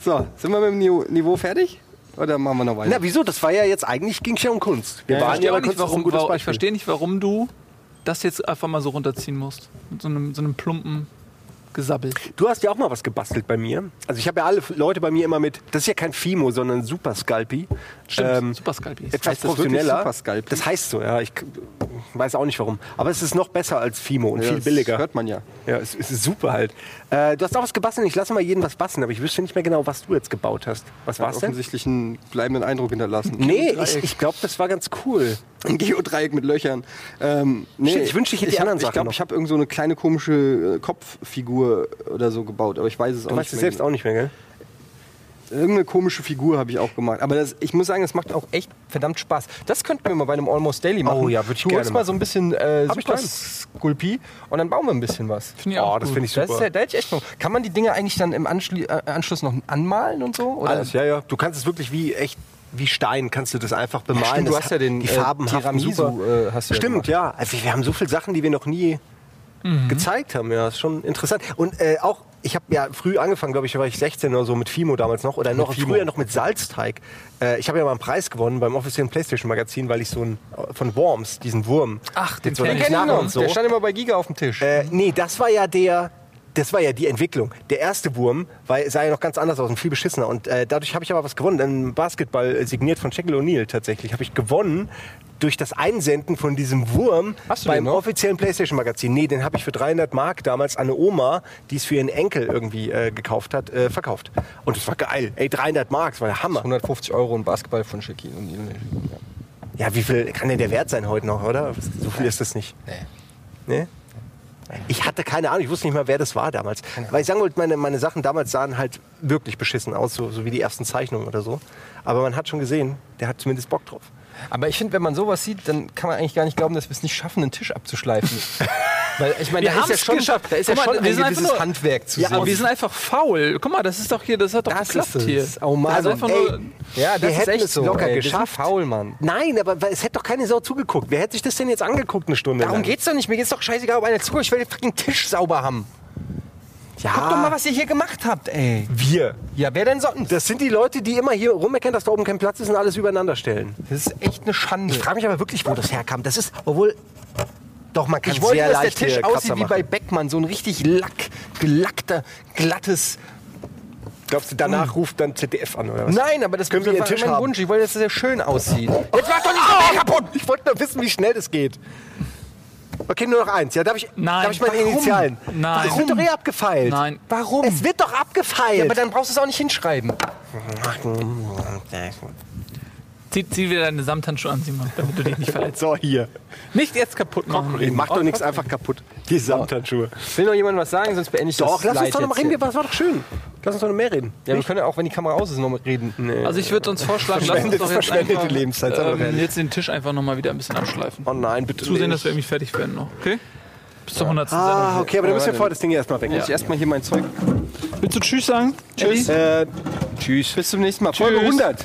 [SPEAKER 1] So, sind wir mit dem Niveau, Niveau fertig? Oder machen wir noch weiter?
[SPEAKER 2] Na, wieso? Das war ja jetzt eigentlich, ging es ja um Kunst. Wir
[SPEAKER 1] Also Ja, ja.
[SPEAKER 2] bei
[SPEAKER 5] Ich verstehe auch nicht,
[SPEAKER 2] Kunst, das ist
[SPEAKER 5] warum,
[SPEAKER 2] ein gutes
[SPEAKER 5] warum, ich
[SPEAKER 2] Beispiel.
[SPEAKER 5] verstehe nicht, warum du das jetzt einfach mal so runterziehen musst. Mit so einem, so einem plumpen Gesabbel.
[SPEAKER 2] Du hast ja auch mal was gebastelt bei mir. Also ich habe ja alle Leute bei mir immer mit, das ist ja kein Fimo, sondern Super Scalpi.
[SPEAKER 5] Stimmt,
[SPEAKER 2] Ähm,
[SPEAKER 5] super Skalpis.
[SPEAKER 2] etwas
[SPEAKER 1] Heißt das wirklich
[SPEAKER 2] professioneller.
[SPEAKER 1] Super Scalpi?
[SPEAKER 2] Das heißt so, ja. Ich k- weiß auch nicht warum. Aber es ist noch besser als Fimo und
[SPEAKER 1] Ja,
[SPEAKER 2] viel
[SPEAKER 1] das
[SPEAKER 2] billiger.
[SPEAKER 1] Hört man ja.
[SPEAKER 2] Ja, es ist super halt. Äh, du hast auch was gebastelt. Ich lasse mal jeden was basteln, aber ich wüsste nicht mehr genau, was du jetzt gebaut hast. Was
[SPEAKER 1] Hat
[SPEAKER 2] war's denn?
[SPEAKER 1] offensichtlich einen bleibenden Eindruck hinterlassen.
[SPEAKER 2] Nee, ich, ich glaube, das war ganz cool.
[SPEAKER 1] Ein Geodreieck mit Löchern. Ähm, nee,
[SPEAKER 2] Shit, ich wünschte, ich hätte die
[SPEAKER 1] hab-
[SPEAKER 2] anderen
[SPEAKER 1] Ich
[SPEAKER 2] Sachen
[SPEAKER 1] glaube,
[SPEAKER 2] noch.
[SPEAKER 1] ich habe irgend so eine kleine komische äh, Kopffigur oder so gebaut, aber ich weiß es auch
[SPEAKER 2] Du
[SPEAKER 1] nicht.
[SPEAKER 2] weißt es
[SPEAKER 1] mehr genau.
[SPEAKER 2] selbst auch nicht mehr, gell?
[SPEAKER 1] Irgendeine komische Figur habe ich auch gemacht. Aber das, ich muss sagen, das macht auch echt verdammt Spaß. Das könnten wir mal bei einem Almost Daily machen.
[SPEAKER 2] Oh ja, würd ich
[SPEAKER 1] Du holst
[SPEAKER 2] gerne
[SPEAKER 1] mal so ein bisschen äh,
[SPEAKER 2] Hab ich
[SPEAKER 1] Super
[SPEAKER 2] dran.
[SPEAKER 1] Skulpi und dann bauen wir ein bisschen was.
[SPEAKER 5] Finde ich auch
[SPEAKER 2] Oh, das
[SPEAKER 5] gut.
[SPEAKER 2] finde ich super.
[SPEAKER 1] Das ist ja, da hätte ich echt Bock. Kann man die Dinge eigentlich dann im Anschli äh, Anschluss noch anmalen und so? Oder?
[SPEAKER 2] Alles, ja, ja. Du kannst es wirklich wie echt wie Stein kannst du das einfach bemalen.
[SPEAKER 1] Stimmt, du
[SPEAKER 2] Das
[SPEAKER 1] hast
[SPEAKER 2] hat
[SPEAKER 1] ja den
[SPEAKER 2] die
[SPEAKER 1] äh,
[SPEAKER 2] Farben
[SPEAKER 1] Tiramisu. Äh, hast du
[SPEAKER 2] Stimmt,
[SPEAKER 1] ja.
[SPEAKER 2] ja. Also wir haben so viele Sachen, die wir noch nie
[SPEAKER 1] Mhm.
[SPEAKER 2] gezeigt haben. Ja, ist schon interessant. Und äh, auch, ich habe ja früh angefangen, glaube ich, da war ich 16 oder so mit Fimo damals noch oder noch
[SPEAKER 1] Fimo.
[SPEAKER 2] früher noch mit Salzteig. Äh, ich habe ja mal einen Preis gewonnen beim offiziellen PlayStation Magazin, weil ich so ein von Worms, diesen Wurm.
[SPEAKER 5] Ach, den
[SPEAKER 2] so
[SPEAKER 5] kenn
[SPEAKER 2] eine
[SPEAKER 1] Den kenn ich
[SPEAKER 2] Knarre
[SPEAKER 1] noch.
[SPEAKER 2] und so.
[SPEAKER 1] Der stand immer bei Giga auf dem Tisch.
[SPEAKER 2] Äh, nee, das war ja der. Das war ja die Entwicklung. Der erste Wurm war, sah ja noch ganz anders aus und viel beschissener. Und äh, dadurch habe ich aber was gewonnen. Im Basketball äh, signiert von Shaquille O'Neal tatsächlich. Habe ich gewonnen durch das Einsenden von diesem Wurm
[SPEAKER 1] Hast du den
[SPEAKER 2] beim
[SPEAKER 1] noch?
[SPEAKER 2] offiziellen PlayStation-Magazin. Nee, den habe ich für 300 Mark damals an eine Oma, die es für ihren Enkel irgendwie äh, gekauft hat, äh, verkauft. Und das war geil. Ey, 300 Mark, das war der Hammer.
[SPEAKER 1] 150 Euro und Basketball von Shaquille O'Neal. Ja.
[SPEAKER 2] Ja, wie viel kann denn der wert sein heute noch, oder? So viel ist das nicht. Nee. Nee? Ich hatte keine Ahnung, ich wusste nicht mal, wer das war damals. Weil ich sagen wollte, meine, meine Sachen damals sahen halt wirklich beschissen aus, so, so wie die ersten Zeichnungen oder so. Aber man hat schon gesehen, der hat zumindest Bock drauf.
[SPEAKER 1] Aber ich finde, wenn man sowas sieht, dann kann man eigentlich gar nicht glauben, dass wir es nicht schaffen, einen Tisch abzuschleifen. Weil ich meine,
[SPEAKER 5] Wir
[SPEAKER 1] da ist ja
[SPEAKER 5] haben's
[SPEAKER 1] schon,
[SPEAKER 5] geschafft.
[SPEAKER 1] da ist ja
[SPEAKER 5] Guck mal,
[SPEAKER 1] schon
[SPEAKER 5] wir
[SPEAKER 1] ein
[SPEAKER 5] sind einfach
[SPEAKER 1] gewisses
[SPEAKER 5] nur-
[SPEAKER 1] Handwerk zu
[SPEAKER 5] Ja,
[SPEAKER 1] sehen.
[SPEAKER 5] aber wir sind einfach faul. Guck mal, das ist doch hier, das hat doch
[SPEAKER 1] Das
[SPEAKER 5] geklappt
[SPEAKER 1] ist
[SPEAKER 5] hier.
[SPEAKER 1] es. Oh Mann,
[SPEAKER 5] also einfach
[SPEAKER 2] ey.
[SPEAKER 5] nur,
[SPEAKER 1] ja,
[SPEAKER 2] wir
[SPEAKER 1] das ist
[SPEAKER 2] hätten
[SPEAKER 1] echt
[SPEAKER 2] es
[SPEAKER 1] so.
[SPEAKER 2] locker
[SPEAKER 1] ey. Wir sind
[SPEAKER 2] geschafft.
[SPEAKER 1] faul, Mann.
[SPEAKER 2] Nein, aber es hätte doch keine Sau zugeguckt. Wer hätte sich das denn jetzt angeguckt eine Stunde
[SPEAKER 1] Darum
[SPEAKER 2] lang?
[SPEAKER 1] geht's doch nicht. Mir geht's doch scheißegal, ob einer zuguckt. Ich will den fucking Tisch sauber haben. Guck doch mal,
[SPEAKER 2] Ja,
[SPEAKER 1] was ihr hier gemacht habt, ey.
[SPEAKER 2] wir.
[SPEAKER 1] Ja, wer denn sonst?
[SPEAKER 2] Das sind die Leute, die immer hier rummeckern, dass da oben kein Platz ist und alles übereinander stellen.
[SPEAKER 1] Das ist echt eine Schande.
[SPEAKER 2] Ich frage mich aber wirklich, wo das herkam. Das ist, obwohl... Doch, man kann
[SPEAKER 1] Ich wollte,
[SPEAKER 2] sehr
[SPEAKER 1] dass der
[SPEAKER 2] leicht
[SPEAKER 1] Tisch
[SPEAKER 2] hier
[SPEAKER 1] aussieht
[SPEAKER 2] Kratzer
[SPEAKER 1] wie
[SPEAKER 2] machen.
[SPEAKER 1] bei Beckmann. So ein richtig lack, gelackter, glattes.
[SPEAKER 2] Glaubst du, danach ruft dann ZDF an oder was?
[SPEAKER 1] Hm. Nein, aber das,
[SPEAKER 2] Können wir
[SPEAKER 1] das
[SPEAKER 2] Ihren
[SPEAKER 1] war
[SPEAKER 2] Tisch
[SPEAKER 1] mein
[SPEAKER 2] haben?
[SPEAKER 1] Wunsch. Ich wollte, dass er sehr schön aussieht.
[SPEAKER 2] Jetzt mach doch nicht so viel kaputt! Ich wollte nur wissen, wie schnell das geht. Okay, nur noch eins. Ja, darf ich,
[SPEAKER 5] Nein.
[SPEAKER 2] darf ich meine
[SPEAKER 5] Warum?
[SPEAKER 2] Initialen?
[SPEAKER 5] Nein.
[SPEAKER 2] Es wird doch eh abgefeilt.
[SPEAKER 5] Nein.
[SPEAKER 1] Warum?
[SPEAKER 2] Es wird doch abgefeilt.
[SPEAKER 1] Ja, aber dann brauchst du es auch nicht hinschreiben.
[SPEAKER 5] Zieh, zieh wieder deine Samthandschuhe an, Simon, damit du dich nicht verletzt.
[SPEAKER 2] So, hier.
[SPEAKER 5] Nicht jetzt kaputt machen.
[SPEAKER 2] Ich mach doch nichts einfach kaputt. Die Samthandschuhe.
[SPEAKER 1] Will noch jemand was sagen, sonst beende ich das
[SPEAKER 2] Doch, lass uns
[SPEAKER 1] Slide
[SPEAKER 2] doch noch mal
[SPEAKER 1] jetzt
[SPEAKER 2] reden.
[SPEAKER 1] hier.
[SPEAKER 2] Das war doch schön. Lass uns doch noch mehr reden.
[SPEAKER 1] Ja, wir können ja auch, wenn die Kamera aus ist, noch mal reden.
[SPEAKER 5] Also ich würde uns vorschlagen, lass uns
[SPEAKER 2] Verschwendete-
[SPEAKER 5] doch jetzt
[SPEAKER 2] verschwendete
[SPEAKER 5] einfach
[SPEAKER 2] Lebenszeit, sagen wir
[SPEAKER 5] ähm,
[SPEAKER 2] ehrlich.
[SPEAKER 5] jetzt den Tisch einfach nochmal wieder ein bisschen abschleifen.
[SPEAKER 2] Oh nein, bitte
[SPEAKER 5] Zusehen, dass
[SPEAKER 2] nicht.
[SPEAKER 5] wir irgendwie fertig werden noch. Okay? Bis zur 100.
[SPEAKER 2] Ah, okay, aber dann müssen wir vorher das Ding hier erstmal weg.
[SPEAKER 1] Muss ich erstmal hier mein Zeug.
[SPEAKER 5] Willst du Tschüss sagen? Tschüss.
[SPEAKER 2] Äh, tschüss.
[SPEAKER 1] Bis zum nächsten Mal.
[SPEAKER 2] Folge 100.